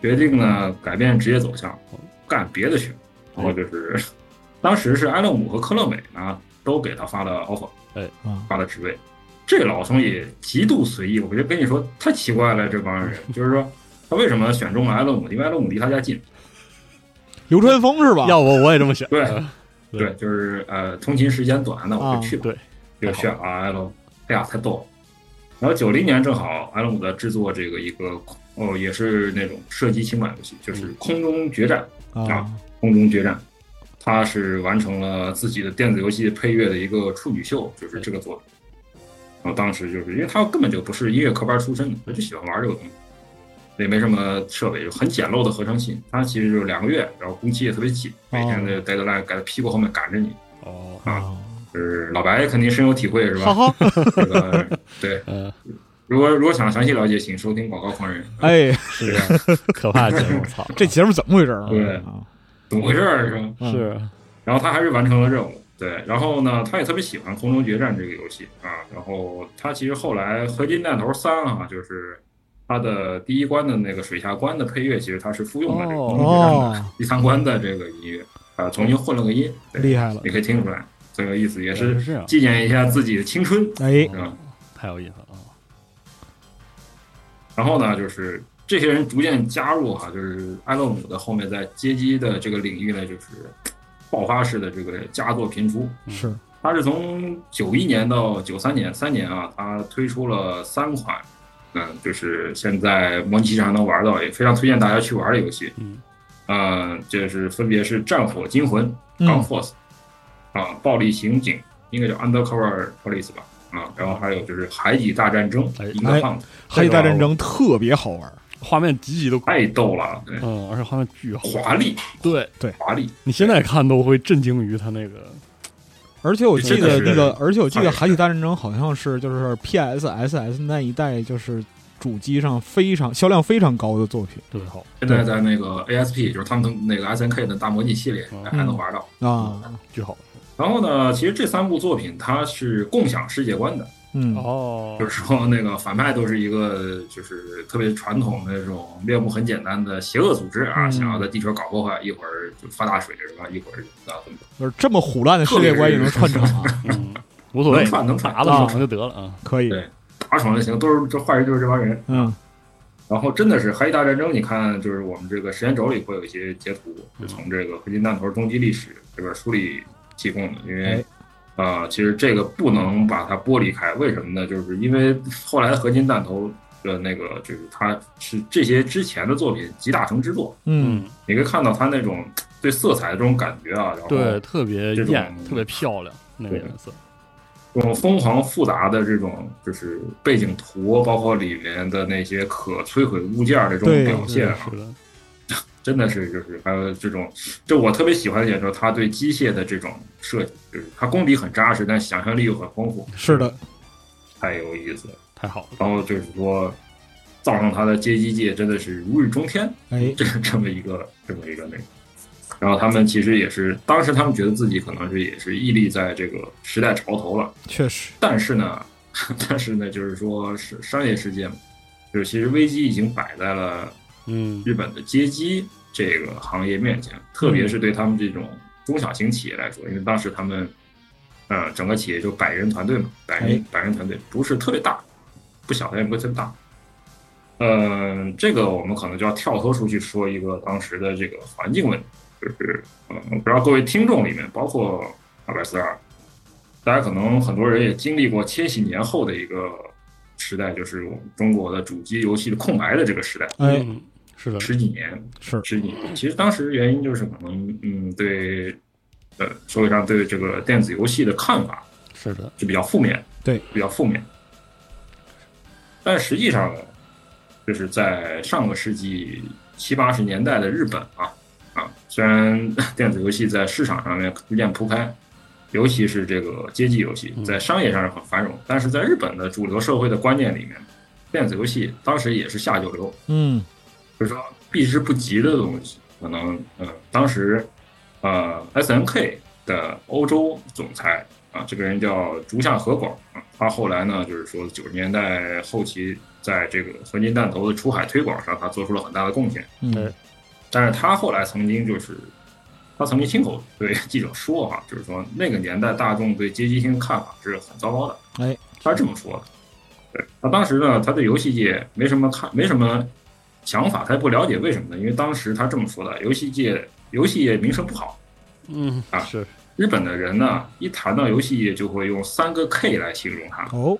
E: 决定呢改变职业走向，干别的去。然后就是， (laughs) 当时是埃勒姆和科乐美呢都给他发了 offer，
D: 啊，
E: 发了职位。这老兄也极度随意，我就跟你说太奇怪了，这帮人就是说他为什么选中了埃勒姆？因为埃勒姆离他家近，
D: 流川枫是吧？
C: 要不我也这么想，
E: 对
C: 呃对
E: 对，就是呃通勤时间短，那我
D: 啊
E: 就去吧。
C: 对，
E: 就选了埃勒姆，哎呀太逗了。然后九零年正好埃勒姆在制作这个一个空哦也是那种射击轻板游戏，就是空中决战。
D: 啊
E: 啊空中决战。他是完成了自己的电子游戏配乐的一个处女秀，就是这个作品。然后当时就是因为他根本就不是音乐科班出身的，他就喜欢玩这个东西，也没什么设备，就很简陋的合成器。他其实就是两个月，然后工期也特别紧，每天的 deadline 赶在屁股后面赶着你。
C: 哦，
D: 啊，
E: 就是老白肯定深有体会是吧？
D: 哈哈，
E: 这个对，
C: 嗯，
E: 如果如果想详细了解，请收听广告狂人。
D: 哎，
E: 是这样，
C: 可
E: (laughs)
C: 怕的节目，操，
D: 这节目怎么回事儿啊？
E: 对
D: 啊嗯
E: 怎么回事儿是吧？
C: 是
E: 然后他还是完成了任务。对，然后呢，他也特别喜欢《空中决战》这个游戏啊。然后他其实后来《合金弹头三》啊，就是他的第一关的那个水下关的配乐，其实他是复用的这个《空中决战》的
D: 哦，
E: 第三关的这个音乐啊，重新混了个音，对，
D: 厉害了，
E: 你可以听出来，这个意思也
C: 是
E: 是
C: 这样，
E: 纪念一下自己的青春，
D: 哎，
E: 是吧？
C: 太有意思了啊！
E: 然后呢，就是这些人逐渐加入哈、就是埃勒姆的后面在街机的这个领域呢，就是爆发式的这个佳作频出。
D: 是
E: 他是从九一年到九三年三年啊，他推出了三款，嗯，就是现在模拟器上还能玩到，也非常推荐大家去玩的游戏。
C: 嗯，
E: 呃，这是分别是《战火惊魂》
D: 嗯
E: （Gun Force）、啊，《暴力刑警》应该叫 Undercover Police 吧，啊，然后还有就是《海底大战争
C: 哎》
E: （In the Hunt），
D: 《海底大战争》特别好玩儿，
C: 画面极其的酷，
E: 太逗了，啊对，
C: 嗯，而且画面巨好，
E: 华丽
C: 对
E: 华丽，
C: 你现在看都会震惊于他那个，
D: 而且我记
E: 这
D: 得
E: 个是
D: 那个，而且我记得
E: 二
D: 《
E: 十
D: 海底大战争》好像是就是 PS、SS 那一代就是主机上非常销量非常高的作品
C: 特别好，
E: 现在在那个 ASP，就是他们那个 SNK 的大模拟系列
C: 嗯
E: 还能玩到。
D: 啊，
C: 巨好，
E: 然后呢，其实这三部作品它是共享世界观的，
D: 嗯，
C: 哦
E: 就是说那个反派都是一个就是特别传统的那种面目很简单的邪恶组织啊，
D: 嗯
E: 想要在地球搞破坏，一会儿就发大水是吧？一会儿啊怎么
D: 就是这么虎烂的世界观也能串成啊，
C: 嗯，无所谓
E: 能，串能串
C: 砸了
D: 啊
C: 爽就得了啊，
D: 可以，
E: 对打爽就行，都是这坏人就是这帮人。
D: 嗯，
E: 然后真的是《黑衣大战争》，你看，就是我们这个时间轴里会有一些截图，
D: 嗯
E: 是从这个《合金弹头：终极历史》这本书里提供的。因
D: 哎
E: 为啊、呃其实这个不能把它剥离开，为什么呢？就是因为后来《合金弹头》的那个，就是它是这些之前的作品集大成之作，
D: 嗯，
C: 嗯，
E: 你可以看到它那种对色彩的这种感觉啊，然后
C: 对，特别
E: 这种
C: 艳，特别漂亮，那个颜色，
E: 这种疯狂复杂的这种就是背景图，包括里面的那些可摧毁物件儿的这种
D: 对
E: 表
C: 是
E: 现
C: 的，
E: 啊
C: 是，的，
E: 真的是就是还有这种，就我特别喜欢的一点就是他对机械的这种设计，就是他功底很扎实，但想象力又很丰富，
D: 是的，
E: 太有意思了。
C: 太好了，
E: 然后就是说，造成他的街机界真的是如日中天，
D: 哎，
E: 嗯这这么一个这么一个那个。然后他们其实也是，当时他们觉得自己可能是也是屹立在这个时代潮头了，
D: 确实，
E: 但是呢， (laughs) 但是呢，就是说是商业世界嘛，就是其实危机已经摆在了
C: 嗯，
E: 日本的街机这个行业面前，特别是对他们这种中小型企业来说，因为当时他们，呃，整个企业就百人团队嘛，百人、百人团队不是特别大，不小，但也不是特别大。呃，这个我们可能就要跳脱出去说一个当时的这个环境问题，就是呃，我不知道各位听众里面，包括二百四二，大家可能很多人也经历过千禧年后的一个时代，就是我们中国的主机游戏的空白的这个时代。
D: 哎，
C: 嗯，是的，
E: 十几年，
D: 是
E: 十几年。其实当时原因就是可能，嗯，对，呃，社会上对这个电子游戏的看法
C: 是的，
E: 是比较负面，
D: 对，
E: 比较负面。但实际上呢，就是在上个世纪七八十年代的日本啊啊，虽然 (laughs) 电子游戏在市场上面逐渐铺开，尤其是这个街机游戏
C: 嗯
E: 在商业上是很繁荣，但是在日本的主流社会的观念里面，电子游戏当时也是下九流，
D: 嗯，
E: 就是说避之不及的东西，可能呃，当时呃 S N K 的欧洲总裁啊，这个人叫竹下和广啊，他后来呢，就是说九十年代后期，在这个合金弹头的出海推广上，他做出了很大的贡献。
D: 嗯
C: 哎，
E: 但是他后来曾经就是，他曾经亲口对记者说哈、就是说那个年代大众对阶级性的看法是很糟糕的。
D: 哎，
E: 他是这么说的。对，他当时呢，他对游戏界没什么看，没什么想法，他也不了解为什么呢？因为当时他这么说的，游戏界游戏业名声不好，
C: 嗯
E: 啊，
C: 是，
E: 日本的人呢，一谈到游戏业就会用三个 K 来形容它。
D: 哦，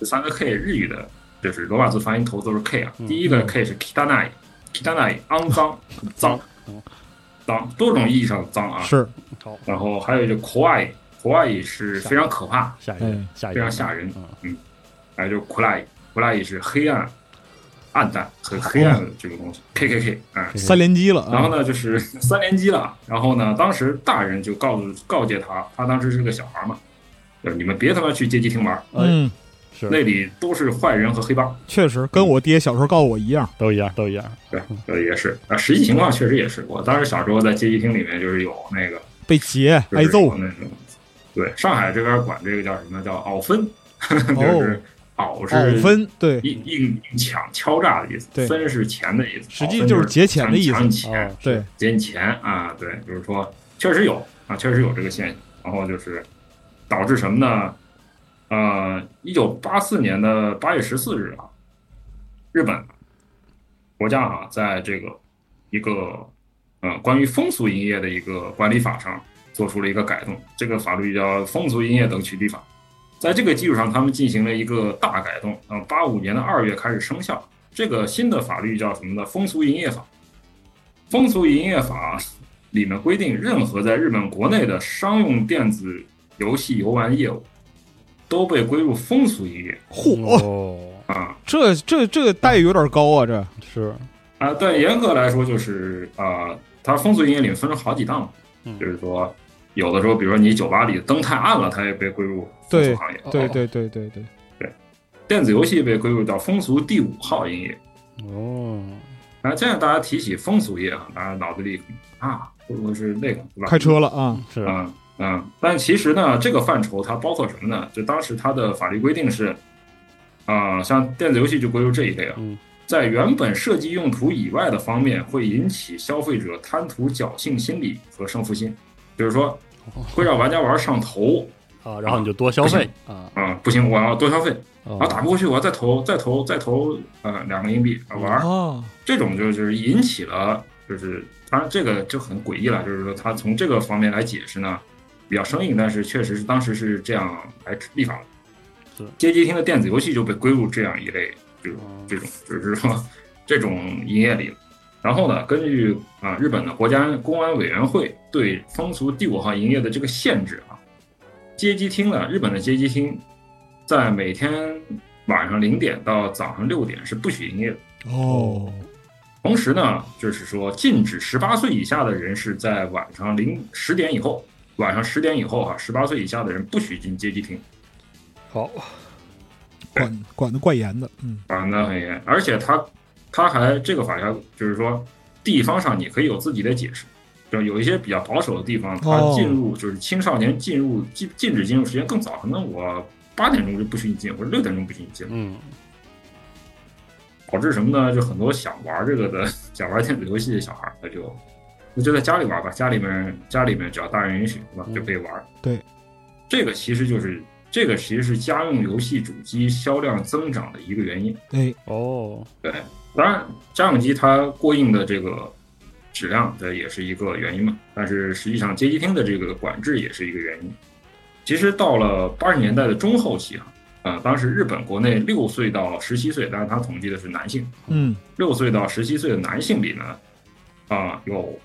E: 这三个 K 日语的，就是罗马字发音头都是 K 啊。
C: 嗯
E: 第一个 K 是 kitanai，kitanai 肮脏、脏
C: 嗯。
E: 脏，多种意义上的脏啊。
D: 是，
C: 好，
E: 然后还有一个 kawaii，kawaii 是非常可怕，
C: 下一个
D: 哎，
C: 下一个，
E: 非常吓人
C: 嗯。
E: 还有就是 kulai，kulai 是黑暗、暗淡、很黑暗的这个东西。K K K，嗯，
D: 三连击了啊。
E: 然后呢，就是 (laughs) 三连击了。然后呢，当时大人就告诉告诫他，他当时是个小孩嘛，就是你们别他妈去街机厅玩，
D: 嗯，
C: 是
E: 那里都是坏人和黑帮。
D: 确实跟我爹小时候告诉我一样。
C: 都一样，都一样。
E: 对，这也是啊，实际情况确实也是。我当时小时候在街机厅里面就是有那个
D: 被劫、
E: 就是
D: 挨揍
E: 有，那种，对，上海这边管这个叫什么叫“拗分”， (laughs) 就是“拗”是
D: 哦，分对，
E: 硬硬硬抢、敲诈的意思，
D: 对
E: 分是钱的意思，
D: 实际
E: 拗分
D: 就
E: 就是
D: 劫钱的意思
E: 抢你钱，
C: 哦，
D: 对，
E: 节你钱啊，对，就是说确实有啊，确实有这个现象，然后就是导致什么呢？呃，一九八四年的八月十四日啊，日本啊国家啊，在这个一个呃关于风俗营业的一个管理法上做出了一个改动，这个法律叫《风俗营业等取缔法》。在这个基础上，他们进行了一个大改动，嗯、呃，八五年的二月开始生效。这个新的法律叫什么呢？《风俗营业法》。风俗营业法里面规定，任何在日本国内的商用电子游戏游玩业务都被归入风俗营业
D: 嚯，
C: 哦，
E: 啊
D: 这这这个待遇有点高啊，这
C: 是，
E: 啊！但严格来说，就是啊、它风俗营业里面分成好几档
C: 嗯，
E: 就是说，有的时候，比如说你酒吧里灯太暗了，它也被归入风俗行业；
D: 对对对对对，
E: 电子游戏被归入到风俗第五号营业。
C: 哦，
E: 啊，现在大家提起风俗业啊，大家脑子里可能啊，会不会是那个对吧？
D: 开车了啊，
C: 是，
E: 嗯，嗯，但其实呢，这个范畴它包括什么呢？就当时它的法律规定是，啊、像电子游戏就归入这一类啊，
C: 嗯
E: 在原本设计用途以外的方面，会引起消费者贪图侥幸心理和胜负心，就是说会让玩家玩上头
C: 啊，然后你就多消费啊，
E: 啊、不行，我要多消费，
C: 啊
E: 然后打不过去，我要再投再投再投呃两个硬币啊玩儿，
D: 哦，
E: 这种就就是引起了，就是当然这个就很诡异了，就是说他从这个方面来解释呢，比较生硬，但是确实是当时是这样来立法
C: 是
E: 的。街机厅的电子游戏就被归入这样一类，这种
C: 哦
E: 这种就是说这种营业里了。然后呢，根据啊、日本的国家公安委员会对风俗第五号营业的这个限制啊，街机厅呢，日本的街机厅在每天晚上零点到早上六点是不许营业的。
D: 哦，
E: 同时呢，就是说禁止十八岁以下的人士在晚上零十点以后，晚上十点以后哈、啊，十八岁以下的人不许进街机厅
C: 好，
D: 管管的怪严的，嗯，
E: 啊，那很严。而且他他还这个法条就是说，地方上你可以有自己的解释，就有一些比较保守的地方，他
D: 哦
E: 进入、就是青少年进入禁禁止进入时间更早，可能我八点钟就不许你进，或者六点钟不许你进，
C: 嗯，
E: 导致什么呢？就很多想玩这个的、 (laughs) 想玩电子游戏的小孩儿，他就那就在家里玩吧，家里面家里面只要大人允许，对吧，
C: 嗯
E: 就可以玩。
D: 对，
E: 这个其实就是这个其实是家用游戏主机销量增长的一个原因。
D: 哎，
C: 哦，
E: 对，当然家用机它过硬的这个质量，这也是一个原因嘛。但是实际上街机厅的这个管制也是一个原因。其实到了八十年代的中后期啊，呃，当时日本国内六岁到十七岁，当然它统计的是男性。
D: 嗯，
E: 六岁到十七岁的男性里呢，啊、有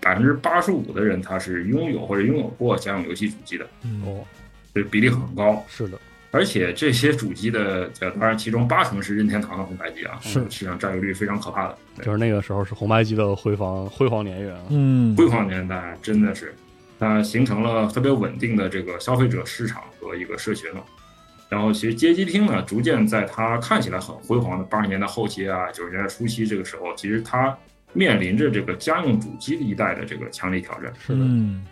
E: 百分之八十五的人他是拥有或者拥有过家用游戏主机的，
D: 嗯，
C: 哦，
E: 这比例很高。
C: 是的，
E: 而且这些主机的，呃，当然其中八成是任天堂的红白机啊，
D: 是
E: 实际上占有率非常可怕的。对
C: 就是那个时候是红白机的辉煌辉煌年月啊，
D: 嗯，
E: 辉煌年代真的是，它形成了特别稳定的这个消费者市场和一个社群了。然后，其实街机厅呢，逐渐在它看起来很辉煌的八十年代后期啊、九十年代初期这个时候，其实它面临着这个家用主机一代的这个强力挑战。
C: 是的，
D: 嗯，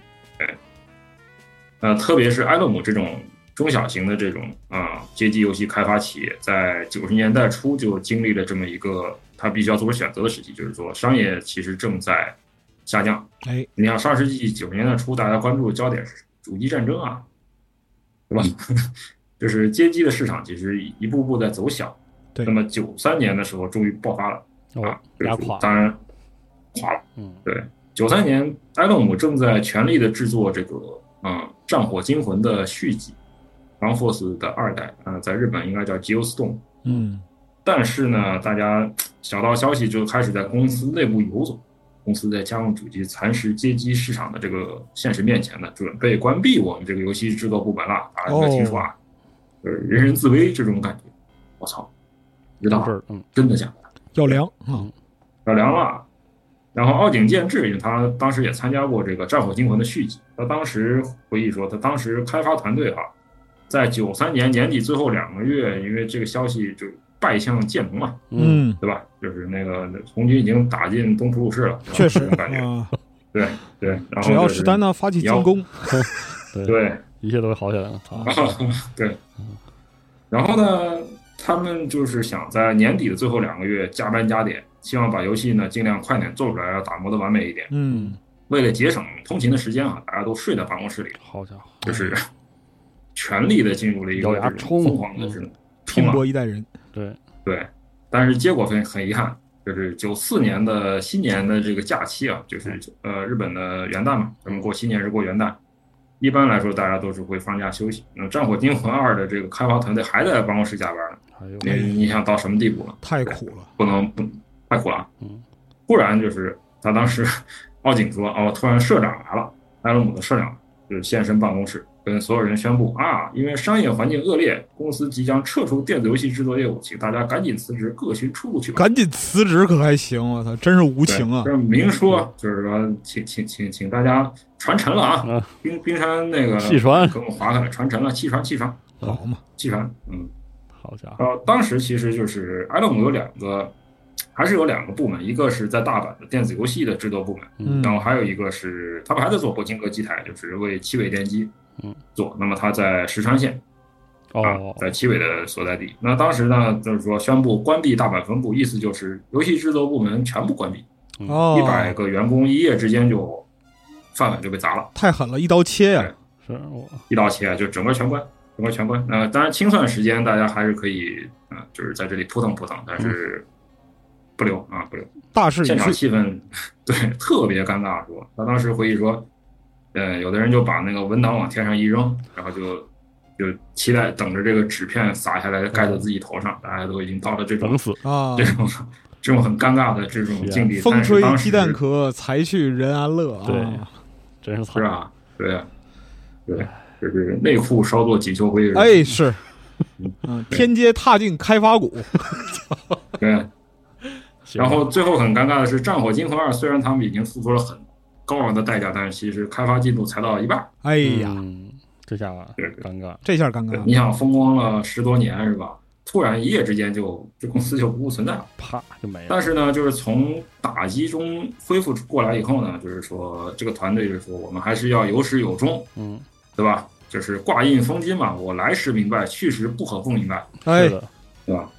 E: 呃，特别是埃乐姆这种中小型的这种啊、街机游戏开发企业，在九十年代初就经历了这么一个它必须要做出选择的时期，就是说商业其实正在下降。
D: 哎，
E: 你像上世纪九十年代初，大家关注的焦点是主机战争啊，对吧？
C: 嗯
E: (laughs) 就是街机的市场其实一步步在走小。
D: 对
E: 那么九三年的时候终于爆发了
C: 哦
E: 啊，，就是
C: 压垮，
E: 当然垮了。
C: 嗯，
E: 对，九三年，埃勒姆正在全力的制作这个嗯《战火惊魂》的续集，《Ground Force》的二代，嗯、在日本应该叫 Geostorm。
D: 嗯，
E: 但是呢，大家小道消息就开始在公司内部游走，公司在家用主机蚕食街机市场的这个现实面前呢，准备关闭我们这个游戏制作部门了。啊，你
D: 哦
E: 们听说啊，就是人人自危这种感觉。我操，不知道
C: 这
E: 啊
C: 事儿，嗯，
E: 真的假的？
D: 要凉
E: 嗯
D: 啊，
E: 老梁了。然后奥井健治，因为他当时也参加过这个《战火惊魂》的续集，他当时回忆说，他当时开发团队哈、啊在九三年年底最后两个月，因为这个消息就败向建农嘛，
C: 嗯，
E: 对吧？就是那个红军已经打进东突鲁士了，对吧
D: (laughs) 确实
E: 这种 (laughs) 感觉，
D: 啊，
E: 对对。哎然后
D: 只要
E: 就是
D: 史丹纳发起进攻，
E: 对，
C: 一切都会好起来
E: 啊
C: 的。啊操，
E: 对，然后呢，他们就是想在年底的最后两个月加班加点，希望把游戏呢尽量快点做出来，打磨的完美一点。
D: 嗯，
E: 为了节省通勤的时间啊，大家都睡在办公室里，
C: 好家伙，
E: 就是
D: 哎
E: 全力的进入了一
C: 咬
E: 个
C: 牙
E: 这
C: 冲
E: 种疯狂的这种
D: 拼
E: 冲啊
D: 搏一代人，
C: 对，
E: 对，但是结果很很遗憾，就是九四年的新年的这个假期啊，就是呃日本的元旦嘛，咱们过新年是过元旦，一般来说大家都是会放假休息。那《战火惊魂二》的这个开发团队还在办公室加班呢，
C: 还有，
E: 你你想到什么地步了？
D: 太苦了，
E: 不能不太苦了
C: 嗯。
E: 突然就是他当时奥警说：“哦，突然社长来了，埃隆姆的社长就是现身办公室，跟所有人宣布啊，因为商业环境恶劣，公司即将撤出电子游戏制作业务，请大家赶紧辞职，各寻出路去吧。”
D: 赶紧辞职可还行，我操，真是无情啊
E: 这，是明说，就是说，请请请请大家传承了
C: 嗯
E: 啊！冰冰山那个
C: 弃船
E: 跟我划开了，传承了，弃船弃船
D: 好嘛，
E: 弃船，嗯，
C: 好家伙，
E: 呃，当时其实就是埃勒姆有两个，还是有两个部门，一个是在大阪的电子游戏的制作部门，
D: 嗯
E: 然后还有一个是他们还在做柏青哥机台，就是为七尾电机
C: 嗯
E: 做。那么他在石川县啊
C: 哦，，
E: 在七尾的所在地。那当时呢，就是说宣布关闭大阪分部，意思就是游戏制作部门全部关闭，
C: 嗯
D: 哦
E: 一，百个员工一夜之间就饭碗就被砸了。
D: 太狠了，一刀切呀，
C: 是我，
E: 一刀切，就整个全关，整个全关。呃，当然清算时间大家还是可以，呃，就是在这里扑腾扑腾，但是不留啊，不留。
D: 大势
E: 现
D: 已
E: 场
D: 去，
E: 气氛对特别尴尬说，他当时回忆说，呃，有的人就把那个文档往天上一扔，然后就就期待等着这个纸片洒下来盖到自己头上，大家都已经到了这种
C: 等死，
D: 啊
E: 这，种这种很尴尬的这种境地。
D: 风
E: 但是
D: 吹
E: 当时
D: 鸡蛋壳，才去人安乐啊。
C: 对真是惨
E: 是，啊，对啊，对，就是内裤稍作锦绣灰。是吧
D: 哎，是，嗯，天街踏进开发股，
E: 对。啊
C: 行
E: 然后最后很尴尬的是，《战火惊魂二》虽然他们已经付出了很高昂的代价，但是其实开发进度才到一半。
D: 哎呀，
C: 嗯，这下尴尬，
D: 这下尴尬
E: 对，
D: 了
E: 你，想风光了十多年是吧？突然一夜之间就这公司就不复存在了。
C: 啪就没了
E: 但，是呢，就是从打击中恢复过来以后呢，就是说这个团队就是说我们还是要有始有终，
C: 嗯，
E: 对吧？就是挂印封金嘛，我来时明白，去时不可不明白。
D: 哎
C: 是，的，
E: 对吧？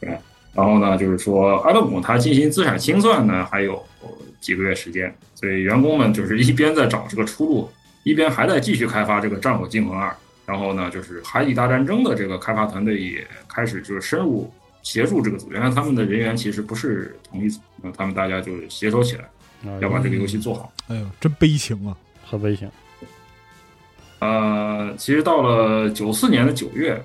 E: 对。然后呢，就是说埃勒姆他进行资产清算呢，还有呃几个月时间，所以员工们就是一边在找这个出路， (laughs) 一边还在继续开发这个《战火惊魂二》。然后呢，就是《海底大战争》的这个开发团队也开始就是深入协助这个组，原来他们的人员其实不是同一组，那他们大家就是携手起来，
C: 哎
E: 要把这个游戏做好。
D: 哎呦，真悲情啊！
C: 很危险，
E: 呃，其实到了九四年的九月，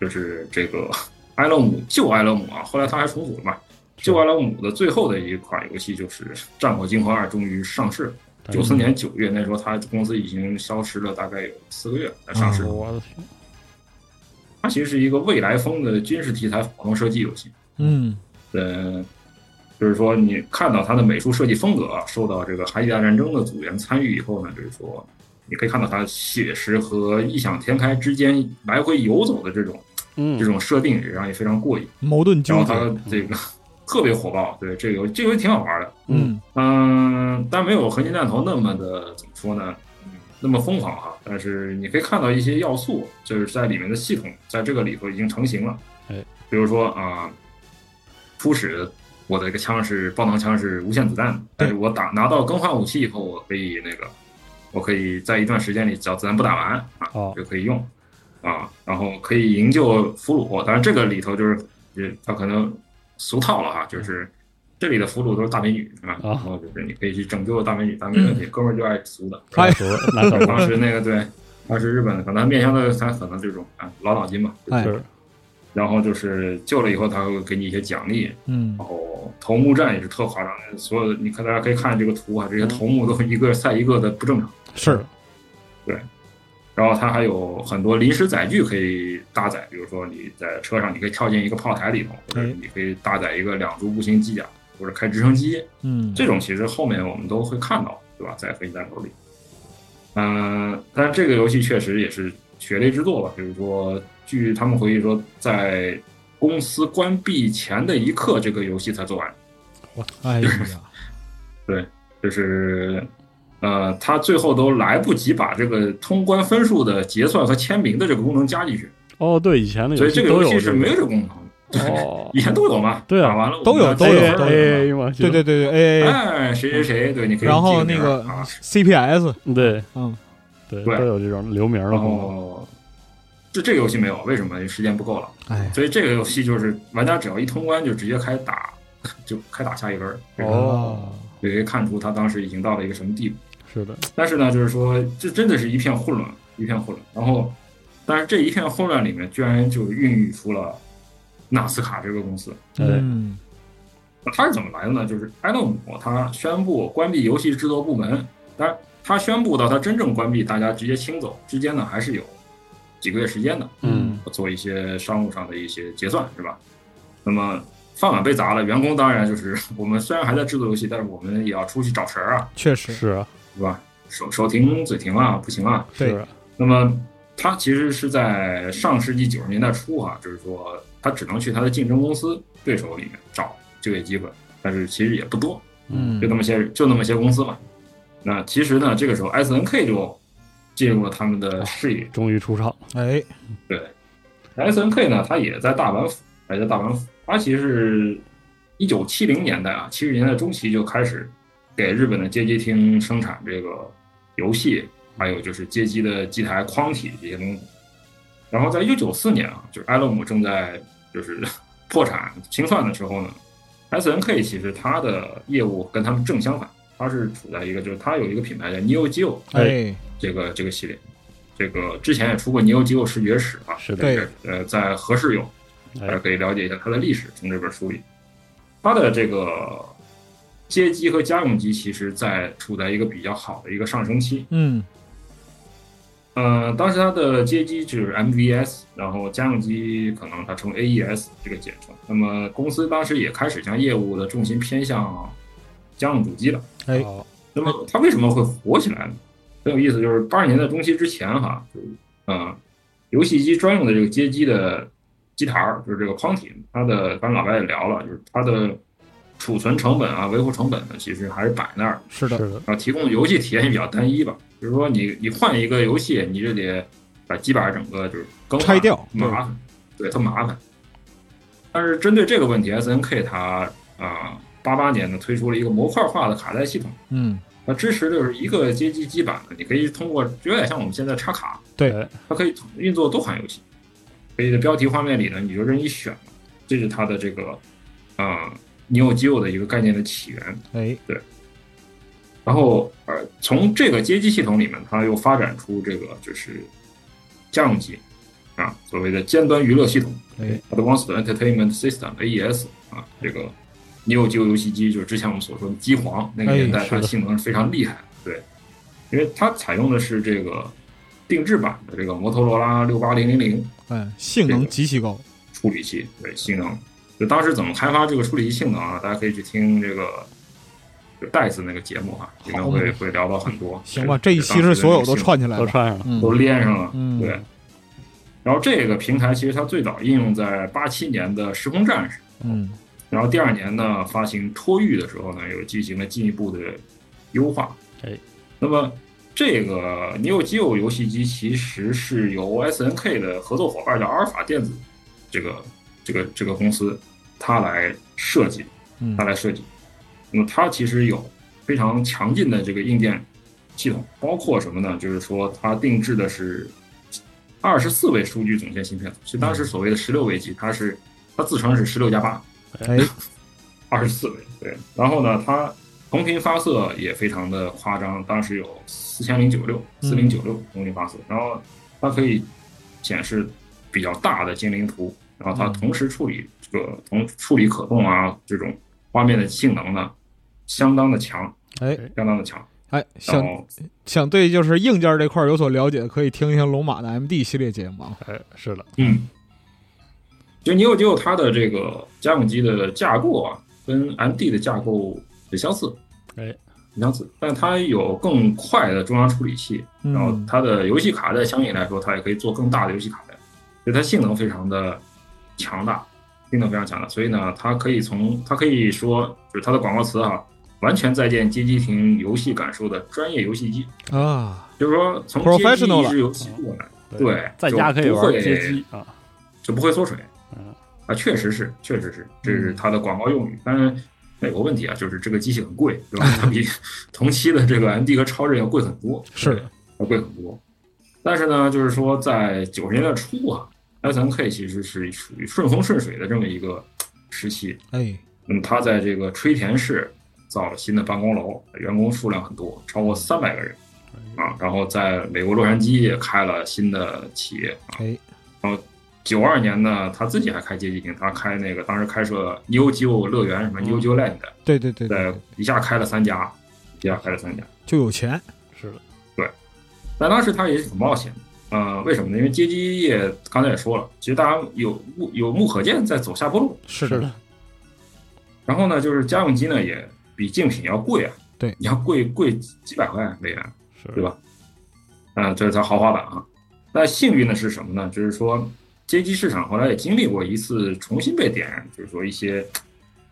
E: 就是这个埃勒姆旧埃勒姆啊，后来他还重组了嘛。旧埃勒姆的最后的一款游戏就是《战火惊魂二》，终于上市。
C: 但是
E: 九四年九月，那时候他公司已经消失了大概有四个月才上市。
C: 我的天，
E: 它其实是一个未来风的军事题材跑动射击游戏。
D: 嗯，
E: 嗯，就是说你看到它的美术设计风格啊，受到这个《海底大战争》的组员参与以后呢，就是说你可以看到它写实和异想天开之间来回游走的这种
C: 嗯
E: 这，种设定，也让你非常过瘾。
D: 矛盾
E: 然
D: 纠
E: 后
D: 结，
E: 它这个特别火爆，对这个游这个游戏挺好玩的，
D: 嗯，
E: 嗯，但没有合金弹头那么的怎么说呢？嗯那么疯狂啊！但是你可以看到一些要素，就是在里面的系统，在这个里头已经成型了。
C: 哎，
E: 比如说啊、初始我的一个枪是爆膛枪是无限子弹的，但是我打拿到更换武器以后，我可以那个，我可以在一段时间里只要子弹不打完啊，
C: 哦
E: 就可以用啊，然后可以营救俘虏。当然这个里头就是，也它可能俗套了哈，就是这里的俘虏都是大美女嗯啊，嗯然后就是你可以去拯救大美女，但没问题，哥们儿就爱俗 (laughs) 的。
D: 哎
C: 手拿手
E: 啊当时那个对，当时日本可能面向的他可能这种啊老脑筋嘛，
D: 哎
C: 是
E: 然后就是救了以后，他会给你一些奖励，
D: 嗯
E: 然后头目战也是特夸张的，所有的你看，大家可以看这个图啊，这些头目都是一个赛一个的不正常。
D: 是，
E: 然后它还有很多临时载具可以搭载，比如说你在车上，你可以跳进一个炮台里头，或者
D: 哎
E: 你可以搭载一个两足步行机甲，或者开直升机。
D: 嗯
E: 这种其实后面我们都会看到，对吧？在合金弹头里，嗯、但这个游戏确实也是血泪之作吧。比如说，据他们回忆说，在公司关闭前的一刻，这个游戏才做完。
D: 哎
C: (laughs)
D: 呀，
E: 就是呃，他最后都来不及把这个通关分数的结算和签名的这个功能加进去，
C: 哦，对，以前的
E: 所
C: 游
E: 以这
C: 戏
E: 个
C: 都有
E: 游戏
C: 这
E: 是
C: 个
E: 没有这个功能的。
C: 哦
E: (laughs) 以前都有嘛？
C: 对啊
E: 打完了
D: 都有
E: 我们
D: 都有
E: 加积分
D: 都有
E: 儿
C: 哎嘛，
D: 对对对对，哎哎，
E: 哎，谁谁谁，对，你可以
D: 然后
E: 记
D: 那
E: 名
D: 个
E: 啊
D: CPS，
C: 对
D: 嗯，
C: 对
E: 对哦
C: 都有这种留名了
E: 然
C: 功
E: 后这这个游戏没有，为什么？时间不够了。
D: 哎，
E: 所以这个游戏就是玩家只要一通关就直接开打，就开打下一轮儿，
C: 能
E: 哦，
C: 哦，
E: 也可以看出他当时已经到了一个什么地步。
C: 是的，
E: 但是呢，就是说这真的是一片混乱，一片混乱。然后，但是这一片混乱里面，居然就孕育出了纳斯卡这个公司。
C: 哎
D: 嗯
E: 那它是怎么来的呢？就是埃勒姆他宣布关闭游戏制作部门，当然他宣布到他真正关闭，大家直接清走之间呢，还是有几个月时间的，
C: 嗯，
E: 做一些商务上的一些结算，是吧？那么饭碗被砸了，员工当然就是 (laughs) 我们虽然还在制作游戏，但是我们也要出去找食儿啊，
D: 确实，
C: 是啊，
E: 是吧？手手停嘴停啊，不行啊，
C: 是
D: 对
C: 啊
E: 那么他其实是在上世纪九十年代初啊，就是说他只能去他的竞争公司对手里面找就业机会，但是其实也不多，
D: 嗯
E: 就那么些就那么些公司嘛。那其实呢，这个时候 S N K 就进入了他们的视野。
C: 终于出场，
D: 哎，
E: 对，S N K 呢，它也在大阪府，也在大阪府。它其实一九七零年代啊，七十年代中期就开始给日本的街机厅生产这个游戏，还有就是街机的机台框体这些东西。然后在一九九四年啊，就是埃勒姆正在就是 (laughs) 破产清算的时候呢，S N K 其实它的业务跟他们正相反，它是处在一个就是它有一个品牌叫 Neo Geo
D: 哎，
E: 这个这个系列，这个之前也出过《尼欧机构视觉史》啊，
C: 是的，哎
D: 对
E: 呃，在何氏有，大家可以了解一下它的历史，从这本书里，它的这个街机和家用机其实在处在一个比较好的一个上升期。
D: 嗯
E: 呃，当时它的街机就是 MVS，然后家用机可能它称 AES 这个简称。那么公司当时也开始将业务的重心偏向家用主机了。
D: 哎
C: 哦
E: 那么它为什么会火起来呢？很有意思，就是八十年代中期之前哈，就是嗯，游戏机专用的这个街机的机台儿，就是这个框体，它的刚才老白也聊了，就是它的储存成本啊、维护成本呢，其实还是摆那儿，
D: 是
C: 是
D: 的，
C: 的，
E: 然后提供游戏体验也比较单一吧。比如说你你换一个游戏，你就得把机板整个就是更换
D: 拆掉对
E: 麻烦，对，特麻烦。但是针对这个问题，S N K 它啊八八年呢推出了一个模块化的卡带系统。
D: 嗯
E: 那支持就是一个街机基板的，你可以通过有点像我们现在插卡，
D: 对
C: 哎
E: 它可以运作多款游戏。可以在标题画面里呢，你就任意选，这是它的这个啊、你有机有的一个概念的起源。
D: 哎，
E: 然后呃，从这个街机系统里面，它又发展出这个就是家用机啊，所谓的尖端娱乐系统，
D: 哎
E: ，Advanced Entertainment System (AES) 啊，这个 Neo Geo 游戏机就是之前我们所说的机皇那个
D: 哎
E: 年代，
C: 是
E: 它
C: 的
E: 性能是非常厉害的，对，因为它采用的是这个定制版的这个摩托罗拉六八零零零
D: 哎，性能极其高，
E: 处理器，对性能。就当时怎么开发这个处理器性能啊？大家可以去听这个就戴斯那个节目啊，里面
D: 好嘛
E: 会会聊到很多。
D: 行吧，
E: 就
D: 这一期是所有都串起来
C: 都
D: 了，
C: 串上了，
D: 嗯
E: 都连上了，
D: 嗯
E: 对。然后这个平台其实它最早应用在八七年的《时空战士》，
D: 嗯
E: 然后第二年呢发行托育的时候呢，又进行了进一步的优化。
C: 哎，
E: 那么这个 Neo Geo 游戏机其实是由 SNK 的合作伙伴叫阿尔法电子这个这个这个公司，它来设计，
D: 嗯
E: 它来设计。那么它其实有非常强劲的这个硬件系统，包括什么呢？就是说它定制的是二十四位数据总线芯片，是当时所谓的十六位机，它是它自称是十六加八，
D: 哎
E: 二十四位，对。然后呢，它同频发射也非常的夸张，当时有四千零九六、四零九六同频发射，然后它可以显示比较大的精灵图，然后它同时处理这个同处理可动啊这种画面的性能呢，相当的强，
D: 哎
E: 相当的强。
D: 哎，
E: 然
D: 想
E: 后
D: 想对就是硬件这块有所了解，可以听一听龙马的 MD 系列节目啊。
C: 哎，是的，
E: 嗯，就 Neo Geo 它的这个家用机的架构啊，跟 MD 的架构很相似，
C: 哎，
E: 很相似，但它有更快的中央处理器，然后
D: 嗯
E: 它的游戏卡带相应来说，它也可以做更大的游戏卡带，所以它性能非常的强大，性能非常强大，所以呢，它可以从它可以说就是它的广告词哈、完全再见街机厅游戏感受的专业游戏机，
D: 啊，
E: 就是说从
D: Professional
E: 街机
D: 了
E: 是游戏过来，对
C: 在家可以
E: 就
C: 玩
E: 不会
C: 街机啊，
E: 就不会缩水。
C: 嗯
E: 啊，确实是，确实是，这是它的广告用语。但是那有个问题啊，就是这个机器很贵，对吧？它比同期的这个 MD 和超人要贵很多，
D: 是
E: 要贵很多。但是呢，就是说在九十年代初啊，S N K 其实是属于顺风顺水的这么一个时期。
D: 哎，
E: 那么他在这个吹田市造了新的办公楼，员工数量很多，超过三百个人啊。然后在美国洛杉矶也开了新的企业啊。
D: 哎，
E: 九二年呢，他自己还开街机厅，他开那个当时开设 New Geo 乐园，什么 New Geo Land，
D: 嗯对对对对
E: 在，一下开了三家，一下开了三家。
D: 就有钱，
C: 是的，
E: 但当时他也是很冒险的，呃，为什么呢？因为街机业刚才也说了，其实大家有目有目可见在走下坡路。
D: 是
C: 是
D: 的，
C: 的，
E: 然后呢，就是家用机呢也比竞品要贵啊，
D: 对
E: 你要贵贵几百块美元，
C: 是
E: 对
C: 的，
E: 吧？嗯、这是它豪华版啊。那幸运的是什么呢？就是说，街机市场后来也经历过一次重新被点燃，就是说一些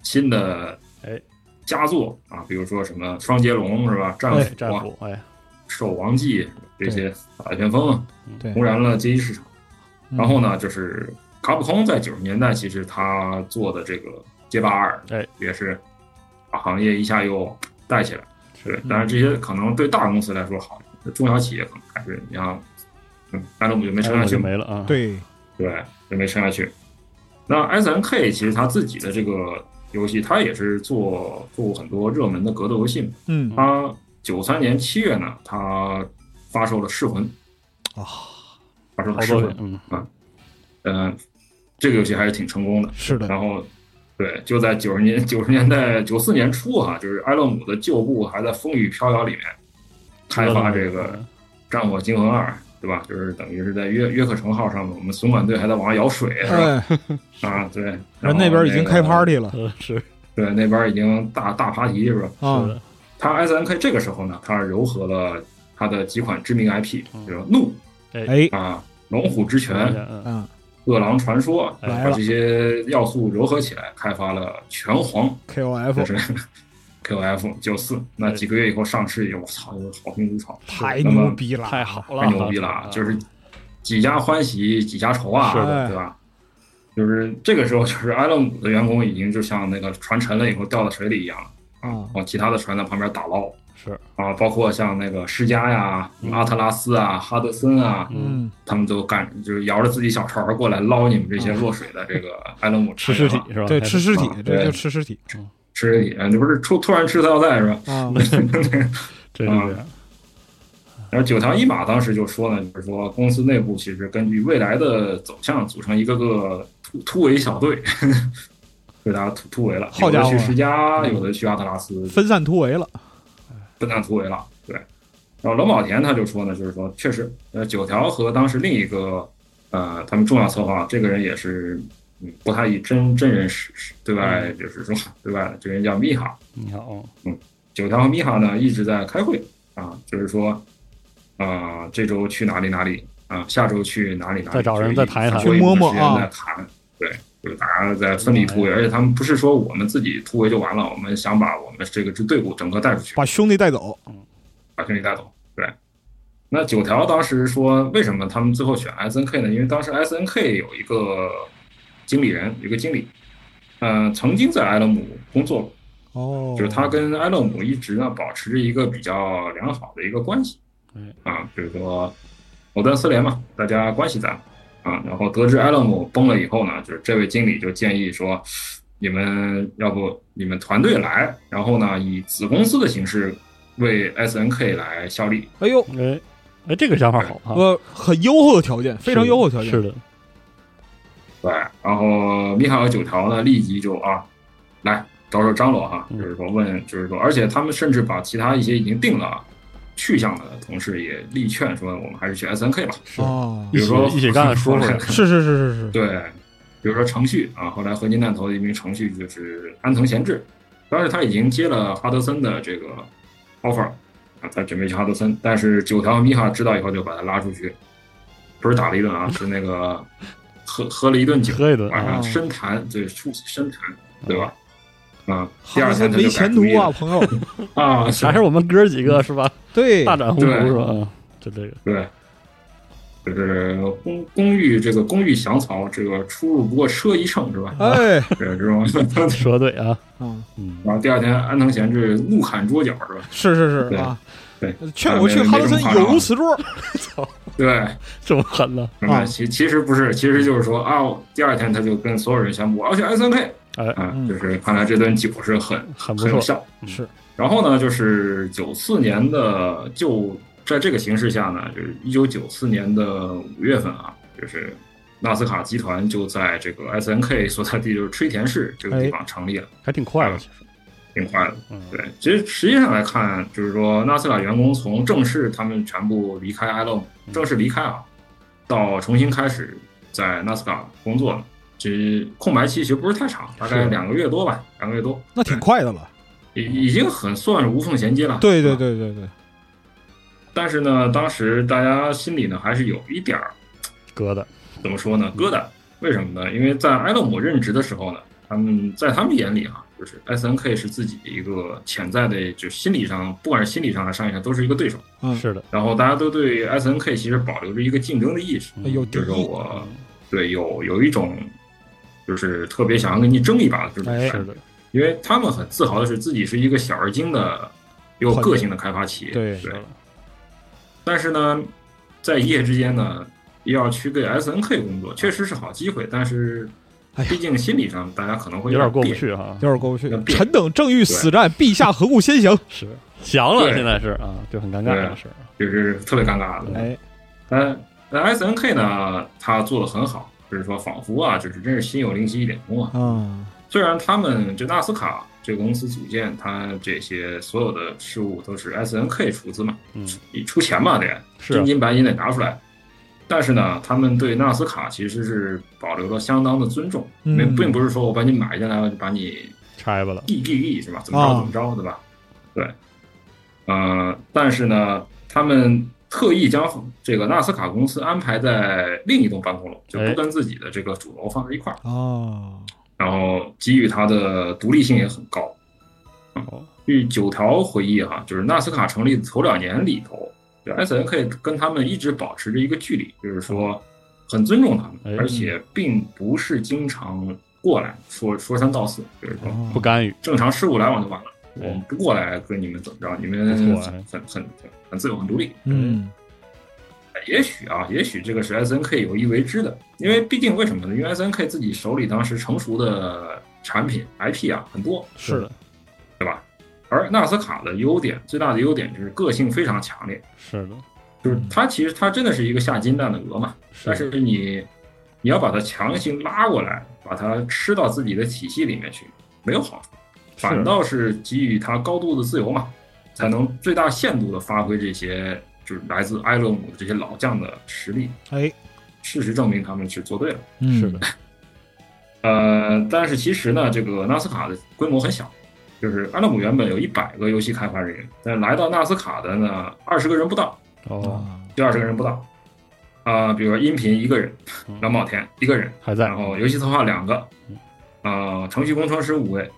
E: 新的
C: 哎
E: 佳作啊，比如说什么双截龙是吧？战
D: 哎
E: 斧
C: 战
E: 啊，
C: 斧，哎，
E: 守王记这些打旋风啊，
D: 对
E: 红燃了街机市场。
D: 嗯
E: 然后呢，就是卡普空在九十年代其实他做的这个街霸二，
C: 哎，
E: 也是把行业一下又带起来。对
C: 是，
E: 当然这些可能对大公司来说好，中小企业可能还是你像，嗯，安乐姆就没撑
C: 哎
E: 下
C: 我
E: 去
C: 就
E: 嘛，
C: 没了啊，，
D: 对，
E: 对，就没撑下去。那 S N K 其实他自己的这个游戏，他也是做做过很多热门的格斗游戏嘛。
D: 嗯
E: 他九三年七月呢，他发售了《噬魂》，
D: 啊，
E: 发售了
C: 好
E: 《噬
C: 作
E: 魂》
C: 品，，嗯，
E: 嗯，这个游戏还是挺成功的。
D: 是的，
E: 然后，对，就在九十年九十年代九四年初啊，就是埃勒姆的旧部还在风雨飘摇里面开发这个《战火惊魂二》，对吧？就是等于是在约约克城号上面，我们损管队还在往上摇水，
D: (laughs)
E: 是吧？
D: 哎，
E: 啊，对，嗯然
D: 人
E: 后
D: 那边已经开
E: 个，
D: party 了
C: 嗯， (laughs) 是是
E: 对，那边已经大大爬题是吧？
D: 啊，
C: 的，
E: 他 S N K 这个时候呢，他柔合了他的几款知名 I P，
C: 嗯
E: 比如怒
D: 哎，
E: 啊、龙虎之
C: 嗯
E: 拳、
C: 嗯，
D: 嗯
E: 饿狼传说，啊
D: 来
E: 把
D: 了
E: 这些要素柔合起来，开发了拳皇。就
D: ，KOF
E: 是 KOF 九四，那几个月以后上市以后，我操，好评如潮，
D: 太牛逼了，
C: 太好了，
E: 太牛逼了啊！就是几家欢喜几家愁啊，
D: 是的
E: 对吧？就是这个时候，就是埃勒姆的员工已经就像那个船沉了以后掉到水里一样了，
D: 啊
E: 往其他的船在旁边打捞
C: 是
E: 啊，包括像那个施加呀、阿特拉斯啊、哈德森啊，
D: 嗯，
E: 他们都干就是摇着自己小船儿过来捞你们这些落水的这个埃勒姆
C: 吃
E: 成员
C: 尸
E: 了
C: 体是吧？
D: 对，吃尸体
E: 啊，
D: 这就
E: 对
D: 吃尸体
E: 吃尸体，啊你不是突突然吃套蛋是吧？
D: 啊，
C: 真是
E: 嗯
C: 这样，
E: 然后九条一马当时就说呢，就是说公司内部其实根据未来的走向组成一个个突突围小队，给大家突突围了。
D: 好家伙嗯
E: 有的去世家，有的去阿特拉斯，
D: 分散突围了，
E: 分散突围了。对，然后龙宝田他就说呢，就是说确实，呃，九条和当时另一个呃他们重要策划，这个人也是嗯不太以真真人实实对
D: 嗯
E: 外就是说对外的，这个人叫米哈，
C: 你哦好，
E: 九条和米哈呢一直在开会啊，就是说，啊、这周去哪里哪里啊，下周去哪里哪里，
C: 再找人再谈一谈
E: 所以
D: 去摸摸
E: 有时间
D: 啊
E: 再谈，对，就是大家在分离突围，而且他们不是说我们自己突围就完了，我们想把我们这个支队伍整个带出去，
D: 把兄弟带走，
E: 把兄弟带走。对，那九条当时说，为什么他们最后选 S N K 呢？因为当时 S N K 有一个经理人，有一个经理，呃，曾经在埃勒姆工作过，
D: 哦，
E: 就是他跟埃勒姆一直呢保持着一个比较良好的一个关系
C: 嗯，
E: 啊，比如说藕断丝连嘛，大家关系在啊。然后得知埃勒姆崩了以后呢，就是这位经理就建议说，你们要不你们团队来，然后呢以子公司的形式为 SNK 来效力。
D: 哎呦，
C: 哎哎，这个想法好啊，
D: 呃，很优厚的条件，非常优厚的条件，
C: 是的，
E: 对，然后米海尔九条呢，立即就啊，来找找张罗哈，
C: 嗯
E: 就是说问，就是说，而且他们甚至把其他一些已经定了啊去向的同事也力劝说，我们还是去 S N K 吧。
C: 是
D: 哦
E: 比，如说
C: 一起一起干说出来
D: 是是是是是，
E: 对，比如说程序啊，后来合金弹头的一名程序就是安藤贤治，当时他已经接了哈德森的这个 offer 啊，他准备去哈德森，但是九条米哈知道以后就把他拉出去，不是打了一顿啊，是那个喝喝了一顿酒，
C: 喝一顿
E: 晚
D: 哦
E: 上深谈，对，促深谈，对吧？啊，第
D: 哈
E: 二
D: 德森
E: 天他
D: 嗯没
E: 就改
D: 前
E: 主
D: 途
E: 意
D: 啊，
E: 了
D: 朋友。 (laughs)
E: 啊，
C: 还是我们哥几
E: 嗯
C: 个是吧？
D: 对，
C: 大展宏图
E: 对
C: 是吧？嗯就这个，
E: 对，就是公公寓这个公寓翔草，这个出入不过车一乘
D: (laughs)
E: 是吧？
D: 哎，
E: 这这种。 (laughs)
C: 说得对啊，
D: 嗯，
C: 嗯，
E: 然后第二天，安藤贤治怒砍桌角，是吧？
D: 是是是
E: 对
D: 啊，
E: 对，
D: 劝
E: 啊
D: 我
E: 没
D: 去哈
E: 没
D: 德
E: 这么
D: 森
E: 夸张
D: 有如此桌，
E: 对，
C: 这么狠呢？
E: 明白
D: 啊
E: 其其实不是，其实就是说啊，第二天他就跟所有人宣布我要去 S N K，
C: 哎
E: 啊
D: 嗯，
E: 就是看来这顿酒是很
C: 很不
E: 很有
C: 错
E: 效。
C: 嗯
D: 是
E: 然后呢，就是九四年的，就在这个形势下呢，就是一九九四年的五月份啊，就是纳斯卡集团就在这个 S N K 所在地，就是吹田市这个地方成立了，
C: 还挺快的，其实，
E: 挺快的。
C: 嗯，
E: 对，其实实际上来看，就是说纳斯卡员工从正式他们全部离开 i l o 正式离开啊，到重新开始在纳斯卡工作呢，其实空白期其实不是太长，大概
C: 是
E: 两个月多吧，两个月多，
D: 那挺快的了。
E: (laughs) 已已经很算是无缝衔接了。
D: 对对
E: 吧。
D: 对对对，
E: 嗯但是呢，当时大家心里呢还是有一点儿
C: 疙瘩，
E: 怎么说呢疙瘩，为什么呢？因为在埃勒姆任职的时候呢，他们在他们眼里啊，就是 S N K 是自己一个潜在的，就心理上，不管是心理上还是商业上，都是一个对手。
D: 嗯，
C: 是的，
E: 然后大家都对 S N K 其实保留着一个竞争的意识，
C: 嗯
D: 哎有敌
E: 就是说
D: 意，
E: 我对有有一种就是特别想要跟你争一把的这种
C: 哎，
E: 感
C: 是
E: 觉
C: 的，，
E: 因为他们很自豪的是自己是一个小而精的、有个性的开发企业，
D: 对
E: 对。但是呢，在一夜之间呢，要去给 S N K 工作，确实是好机会，但是
D: 哎呀
E: 毕竟心理上大家可能会
C: 有点过不
E: 别扭
C: 去哈，
D: 有点过不去
E: 那。变
D: 臣等正欲死战，陛下何故先降？
C: 是降了，
E: 对
C: 现在是啊，就很尴尬
E: 对
C: 这个事儿，
E: 就是特别尴尬的。
D: 哎，
E: 但但 S N K 呢，他做的很好，就是说仿佛啊，就是真是心有灵犀一点通啊。
D: 嗯，
E: 虽然他们这纳斯卡这个公司组建，它这些所有的事物都是 S N K 出资嘛，
C: 嗯，
E: 你出钱嘛得
C: 是
E: 真
C: 啊
E: 金白银得拿出来。但是呢，他们对纳斯卡其实是保留了相当的尊重，
D: 嗯
E: 没并不是说我把你买下来，我就把你
C: 拆吧了，
E: 地地地是吧？怎么着
D: 啊
E: 怎么着，对吧？对，呃，但是呢，他们特意将这个纳斯卡公司安排在另一栋办公楼，就
C: 哎
E: 不跟自己的这个主楼放在一块儿，
D: 哦，
E: 然后给予它的独立性也很高。啊
C: 哦
E: 据九条回忆哈、就是纳斯卡成立的头两年里头，就 S N K 跟他们一直保持着一个距离，就是说很尊重他
C: 哎
E: 们，而且并不是经常过来说说三道四，就是说
D: 哦
C: 不干预，
E: 正常事务来往就完了，
C: 哎
E: 我们不过来跟你们怎么着，你们
C: 不错哎
E: 很很很很自由、很独立。
D: 嗯，
E: 也许啊，也许这个是 S N K 有意为之的，因为毕竟为什么呢？因为 S N K 自己手里当时成熟的产品 I P 啊很多，
D: 是的
C: 的，，
E: 而纳斯卡的优点最大的优点就是个性非常强烈，
C: 是的，
E: 就是它其实它真的是一个下金蛋的鹅嘛，但嗯是
C: 的
E: 你你要把它强行拉过来，把它吃到自己的体系里面去，没有好处，反倒是给予它高度的自由嘛，才能最大限度的发挥这些就是来自埃勒姆的这些老将的实力。
D: 哎，
E: 事实证明他们是做对了。
D: 嗯
C: 是的，
E: 呃，但是其实呢，这个纳斯卡的规模很小，就是埃勒姆原本有一百个游戏开发人员，但来到纳斯卡的呢，二十个人不到，
C: 哦，
D: 啊，
E: 就二十个人不到。啊、比如说音频一个人
C: 嗯，
E: 蓝宝田一个人，
C: 还在
E: 然，后游戏策划两个
C: 嗯，
E: 呃，程序工程师五位，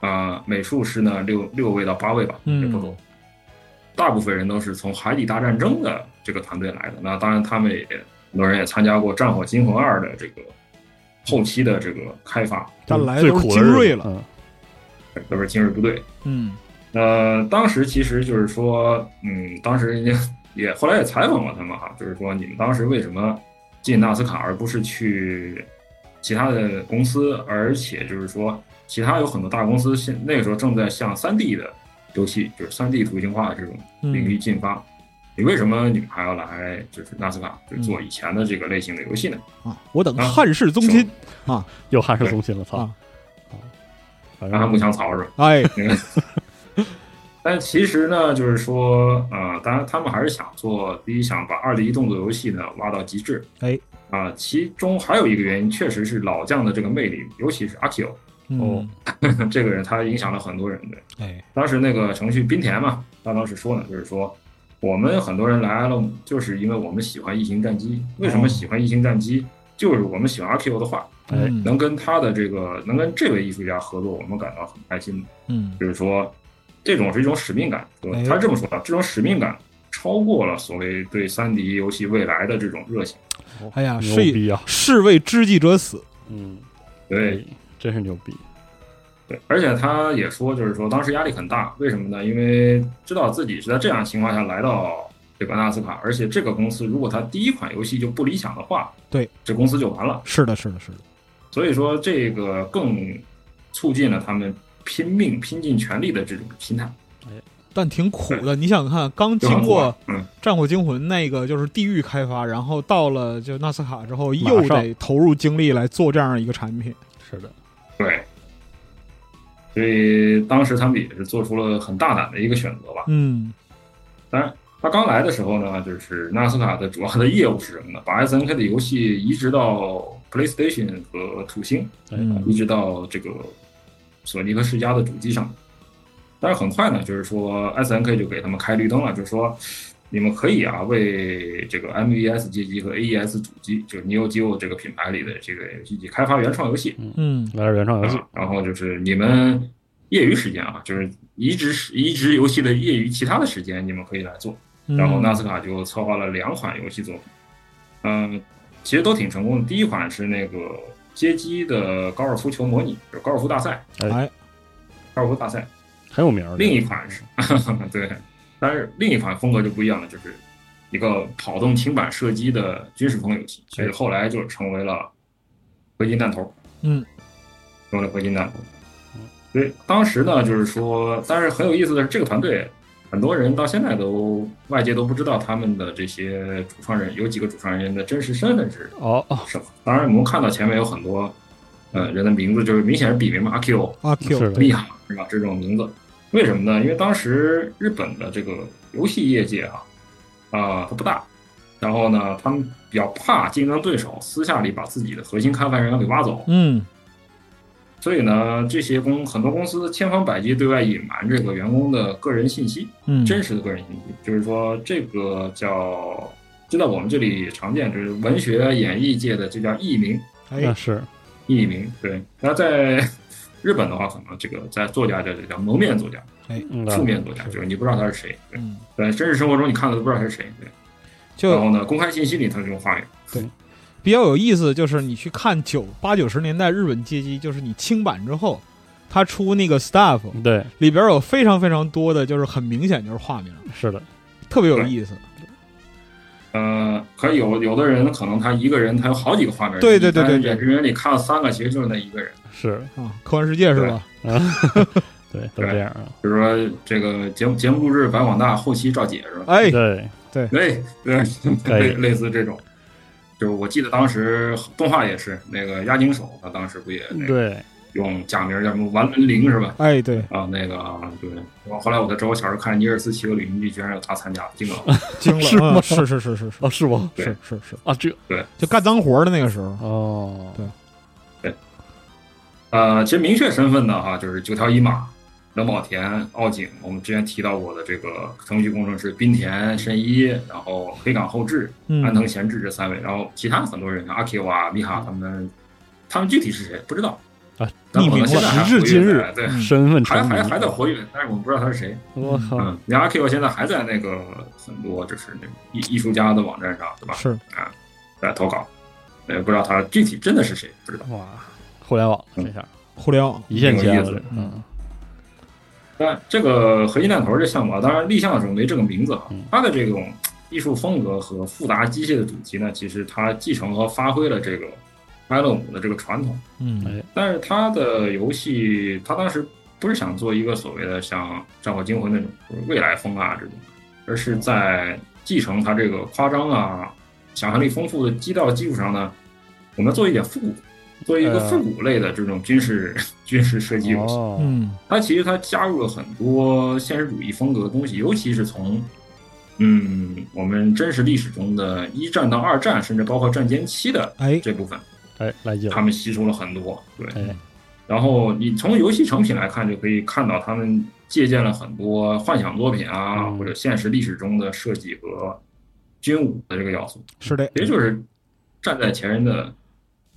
E: 啊、美术师呢六六位到八位吧，也不多。
D: 嗯
E: 大部分人都是从《海底大战争》的这个团队来的，那当然他们也很多人也参加过《战火惊魂二》的这个后期的这个开发，
D: 但来的
C: 嗯最
D: 都是
C: 苦的
D: 精
C: 日子
D: 锐了，
C: 嗯
E: 都是精锐部队。
D: 嗯，
E: 呃，当时其实就是说，嗯，当时人家也后来也采访过他们哈，就是说你们当时为什么进纳斯卡而不是去其他的公司，而且就是说其他有很多大公司现
D: 嗯
E: 那个时候正在向三 D 的游戏，就是三 D 图形化的这种领域进发，你为什么你们还要来就是纳斯卡就做以前的这个类型的游戏呢？
D: 啊，我等汉室宗亲，
C: 又汉室中心了，操！哦
D: 啊
C: 反
E: 让他木
C: 正
E: 墙槽是吧？
D: 哎，
E: 但其实呢，就是说，呃，当然他们还是想做，第一想把二 D 动作游戏呢挖到极致，
D: 哎，
E: 啊、其中还有一个原因，确实是老将的这个魅力，尤 (laughs) 其是阿 Q
D: 嗯，
E: 这个人，他影响了很多人的。
D: 哎，
E: 当时那个程序滨田嘛，他当时说呢，就是说我们很多人来了，就是因为我们喜欢异形战机。为什么喜欢异形战机？就是我们喜欢阿 Q 的话，
C: 哎
D: 嗯
E: 能跟他的这个，能跟这位艺术家合作，我们感到很开心。
D: 嗯，
E: 就是说，这种是一种使命感。对吧
D: 哎
E: 他这么说的，啊这种使命感超过了所谓对三 D 游戏未来的这种热情。
D: 哎呀，
C: 牛
D: 是
C: 逼啊！
D: 是为知己者死，
C: 嗯，
E: 对，
C: 哎，真是牛逼。
E: 对，而且他也说，就是说当时压力很大，为什么呢？因为知道自己是在这样的情况下来到这个纳斯卡，而且这个公司如果他第一款游戏就不理想的话，
D: 对，
E: 这公司就完了。
D: 是的，是的，是的，
E: 所以说这个更促进了他们拼命、拼尽全力的这种心态。
D: 但挺苦的。你想想看，刚
E: 就
D: 经
E: 嗯很火
D: 过《
E: 嗯，
D: 战火惊魂》那个就是地狱开发，然后到了就纳斯卡之后，
C: 马
D: 又
C: 上
D: 得投入精力来做这样一个产品，
C: 是的，
E: 对。所以当时他们也是做出了很大胆的一个选择吧。
D: 嗯，
E: 当然，他刚来的时候呢，就是纳斯卡的主要的业务是什么呢？把 SNK 的游戏移植到 PlayStation 和土星，
C: 哎
D: 嗯
E: 移植到这个索尼和世嘉的主机上。但是很快呢，就是说 SNK 就给他们开绿灯了，就是说你们可以啊，为这个 MES 街机和 AES 主机，就是 E Neo Geo 这个品牌里的这个游戏机开发原创游戏。
D: 嗯，
C: 来点原创游戏
E: 啊，然后就是你们业余时间啊，就是移植时移植游戏的业余其他的时间，你们可以来做。
D: 嗯
E: 然后纳斯卡就策划了两款游戏作品，嗯，其实都挺成功的。第一款是那个街机的高尔夫球模拟，就是高尔夫大赛，
D: 哎，
E: 高尔夫大赛。
C: 很有名儿的。
E: 另一款是， (laughs) 对，但是另一款风格就不一样了，就是一个跑动平板射击的军事风游戏，所以后来就成为了合金弹头。
D: 嗯，
E: 成为了合金弹头。所以当时呢，就是说，但是很有意思的是，这个团队很多人到现在都外界都不知道他们的这些主创人有几个主创人员的真实身份是
C: 哦哦，
E: 什么。当然，我们看到前面有很多，呃，人的名字就是明显是笔名嘛，阿 Q，
D: 阿
C: 是
D: Q，
C: 的，
E: 利亚是吧？这种名字，为什么呢？因为当时日本的这个游戏业界啊，啊、它不大，然后呢，他们比较怕竞争对手私下里把自己的核心开发人员给挖走，
D: 嗯，
E: 所以呢，这些公很多公司千方百计对外隐瞒这个员工的个人信息，
D: 嗯，
E: 真实的个人信息，就是说这个叫，就在我们这里常见，就是文学演艺界的这叫艺名，
C: 那
D: 哎，
C: 是
E: 艺名对。那在 (laughs) 日本的话，可能这个在作家这里叫蒙面作家。
C: 嗯
E: 负面作家，就是你不知道他是谁。对，
D: 嗯，
E: 在真实生活中你看了都不知道他是谁。对，然
D: 就
E: 后呢，公开信息里他这种话语，
D: 比较有意思，就是你去看九八九十年代日本街机，就是你清版之后，它出那个 staff
C: 对，
D: 里边有非常非常多的，就是很明显就是化名，
C: 是的，
D: 特别有意思。
E: 呃，可以有有的人可能他一个人他有好几个画面，
D: 对对对对对
E: 演职员里看了三个，其实就是那一个人。
C: 是
D: 啊，科幻世界是吧？
C: 对，都这样啊。
E: 比如说这个节目节目录制白广大，后期赵姐是吧？
D: 哎，
C: 对，哎
E: 对对，
C: 可以
E: 类类似这种。就是我记得当时动画也是那个押井守，他当时不也
D: 嗯
E: 那个
C: 对，
E: 用假名叫什么丸文玲是吧？
D: 哎， (laughs) 对，
E: 啊，那个啊对，我后来我才知道，我小时候看《尼尔斯骑鹅旅行记》，居然有他参加，惊了。
D: 惊了，
C: 是吗
D: 嗯是是是 (laughs) 是是
C: 哦，是吗？
E: 对
D: 是是是，
C: 啊，这
D: 就干脏活的那个时候，
C: 哦，
D: 对
E: 呃，其实明确身份呢，哈，就是九条一马、冷保田、奥井，我们之前提到过的这个程序工程师滨田伸一，然后黑港后志、安
D: 嗯
E: 藤贤治这三位，然后其他很多人，像阿 Q 啊、米哈他们，他们具体是谁不知道
C: 啊，
E: 但我
D: 匿名
E: 们
D: 了
E: 现在还
C: 时至
E: 活跃
C: 今日
E: 在对，
C: 身份
E: 还
C: 传
E: 还
C: 承，
E: 还在活跃，但是我们不知道他是谁。
C: 我靠，
E: 嗯，你看阿 Q 现在还在那个很多就是那种艺艺术家的网站上，对吧？
D: 是，
E: 在投稿，也不知道他具体真的是谁，不知道。
C: 哇，互联网这下
D: 互联网，
C: 一线牵了，
E: 嗯有意
C: 这
E: 思
C: 嗯，
E: 但这个合金弹头这项目啊，当然立项的时候没这个名字啊
C: 嗯，
E: 它的这种艺术风格和复杂机械的主题呢，其实它继承和发挥了这个埃勒姆的这个传统，
D: 嗯
C: 哎
E: 但是它的游戏，它当时不是想做一个所谓的像《战火惊魂》那种就是未来风啊这种，而是在继承它这个夸张啊、想象力丰富的基调基础上呢，
C: 嗯
E: 我们做一点复古，做一个
C: 呃
E: 复古类的这种军事、 (laughs) 军事射击游戏。
C: 哦，
D: 嗯
E: 它其实它加入了很多现实主义风格的东西，尤其是从嗯我们真实历史中的一战到二战，甚至包括战间期的
D: 哎
E: 这部分，
C: 哎，来劲
E: 他
C: 了，
E: 们吸收了很多。对，
C: 哎，
E: 然后你从游戏成品来看，就可以看到他们借鉴了很多幻想作品啊，
C: 嗯
E: 或者现实历史中的设计和军武的这个要素，
D: 是的，
E: 其实就是站在前人的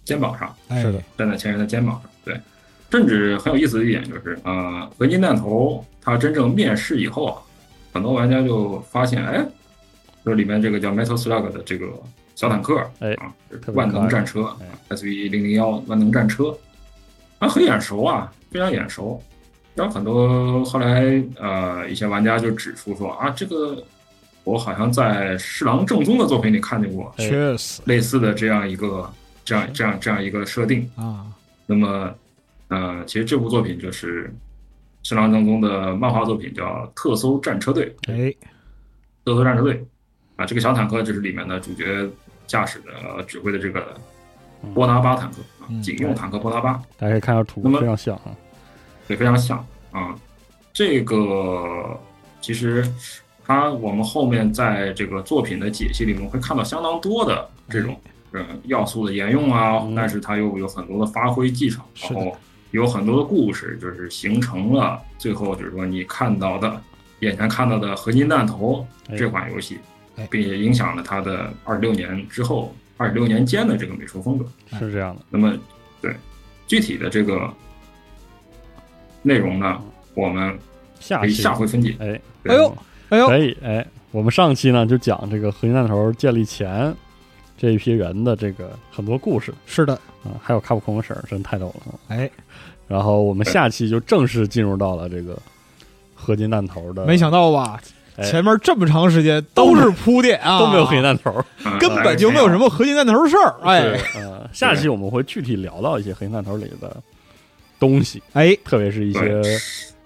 E: 肩膀上，
D: 哎
C: 是的，
E: 站在前人的肩膀上。对，甚至很有意思的一点就是，呃，合金弹头它真正面世以后啊，很多玩家就发现，哎，这里面这个叫 Metal Slug 的这个小坦克，
C: 哎
E: 啊，就是
C: 特别可爱
E: 万能战车
C: 哎
E: ，SV 零零幺万能战车，啊，很眼熟啊，非常眼熟。然后很多后来呃，一些玩家就指出说啊，这个我好像在侍郎正宗的作品里看见
C: 哎
E: 过
D: 确实
E: 类似的这样一个这样这样这样一个设定。
D: 啊，
E: 那么，呃，其实这部作品就是侍郎正宗的漫画作品，叫《特搜战车队》。
D: 哎，
E: 特搜战车队啊，这个小坦克就是里面的主角驾驶的、呃指挥的这个波拿巴坦克啊
D: 嗯，
E: 警用坦克波拿巴，
C: 大家可以看下图
E: 那，么
C: 非常像啊，
E: 对，非常像啊。这个其实它我们后面在这个作品的解析里面会看到相当多的这种
D: 嗯
E: 呃要素的沿用啊
C: 嗯，
E: 但是它又有很多的发挥继承，
D: 是
E: 然
D: 的
E: 后有很多的故事，就是形成了最后就是说你看到的眼前看到的《合金弹头
C: 哎》
E: 这款游戏
D: 哎，
E: 并且影响了它的二十六年之后二十六年间的这个美术风格。
C: 是这样的，
E: 那么，对具体的这个内容呢，我们
C: 下
E: 可以
C: 期，
E: 下回分解。
C: 哎，
E: 对
D: 哎呦哎呦，
C: 可以，哎，我们上期呢就讲这个合金弹头建立前这一批人的这个很多故事
D: 是的，
C: 啊，还有卡普空的事儿，真太逗了。啊
D: 哎，
C: 然后我们下期就正式进入到了这个合金弹头的，
D: 没想到吧？
C: 哎
D: 前面这么长时间都是铺垫啊，
C: 都没有合金弹头，
E: 嗯
D: 根本就没有什。么合金弹头事儿。哎
C: 对，呃，下期我们会具体聊到一些合金弹头里的东西，
D: 哎
C: 特别是一些
E: 对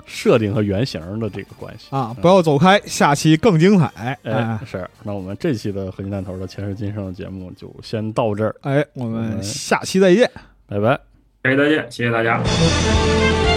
C: 设定和原型的这个关系
D: 啊，不要走开，下期更精彩。
C: 哎
D: 哎，
C: 是，那我们这期的合金弹头的前世今生的节目就先到这儿，
D: 哎，我们下期再见。
C: 拜拜。
E: 哎，再见，谢谢大家。
F: 「君の声が聞こえる」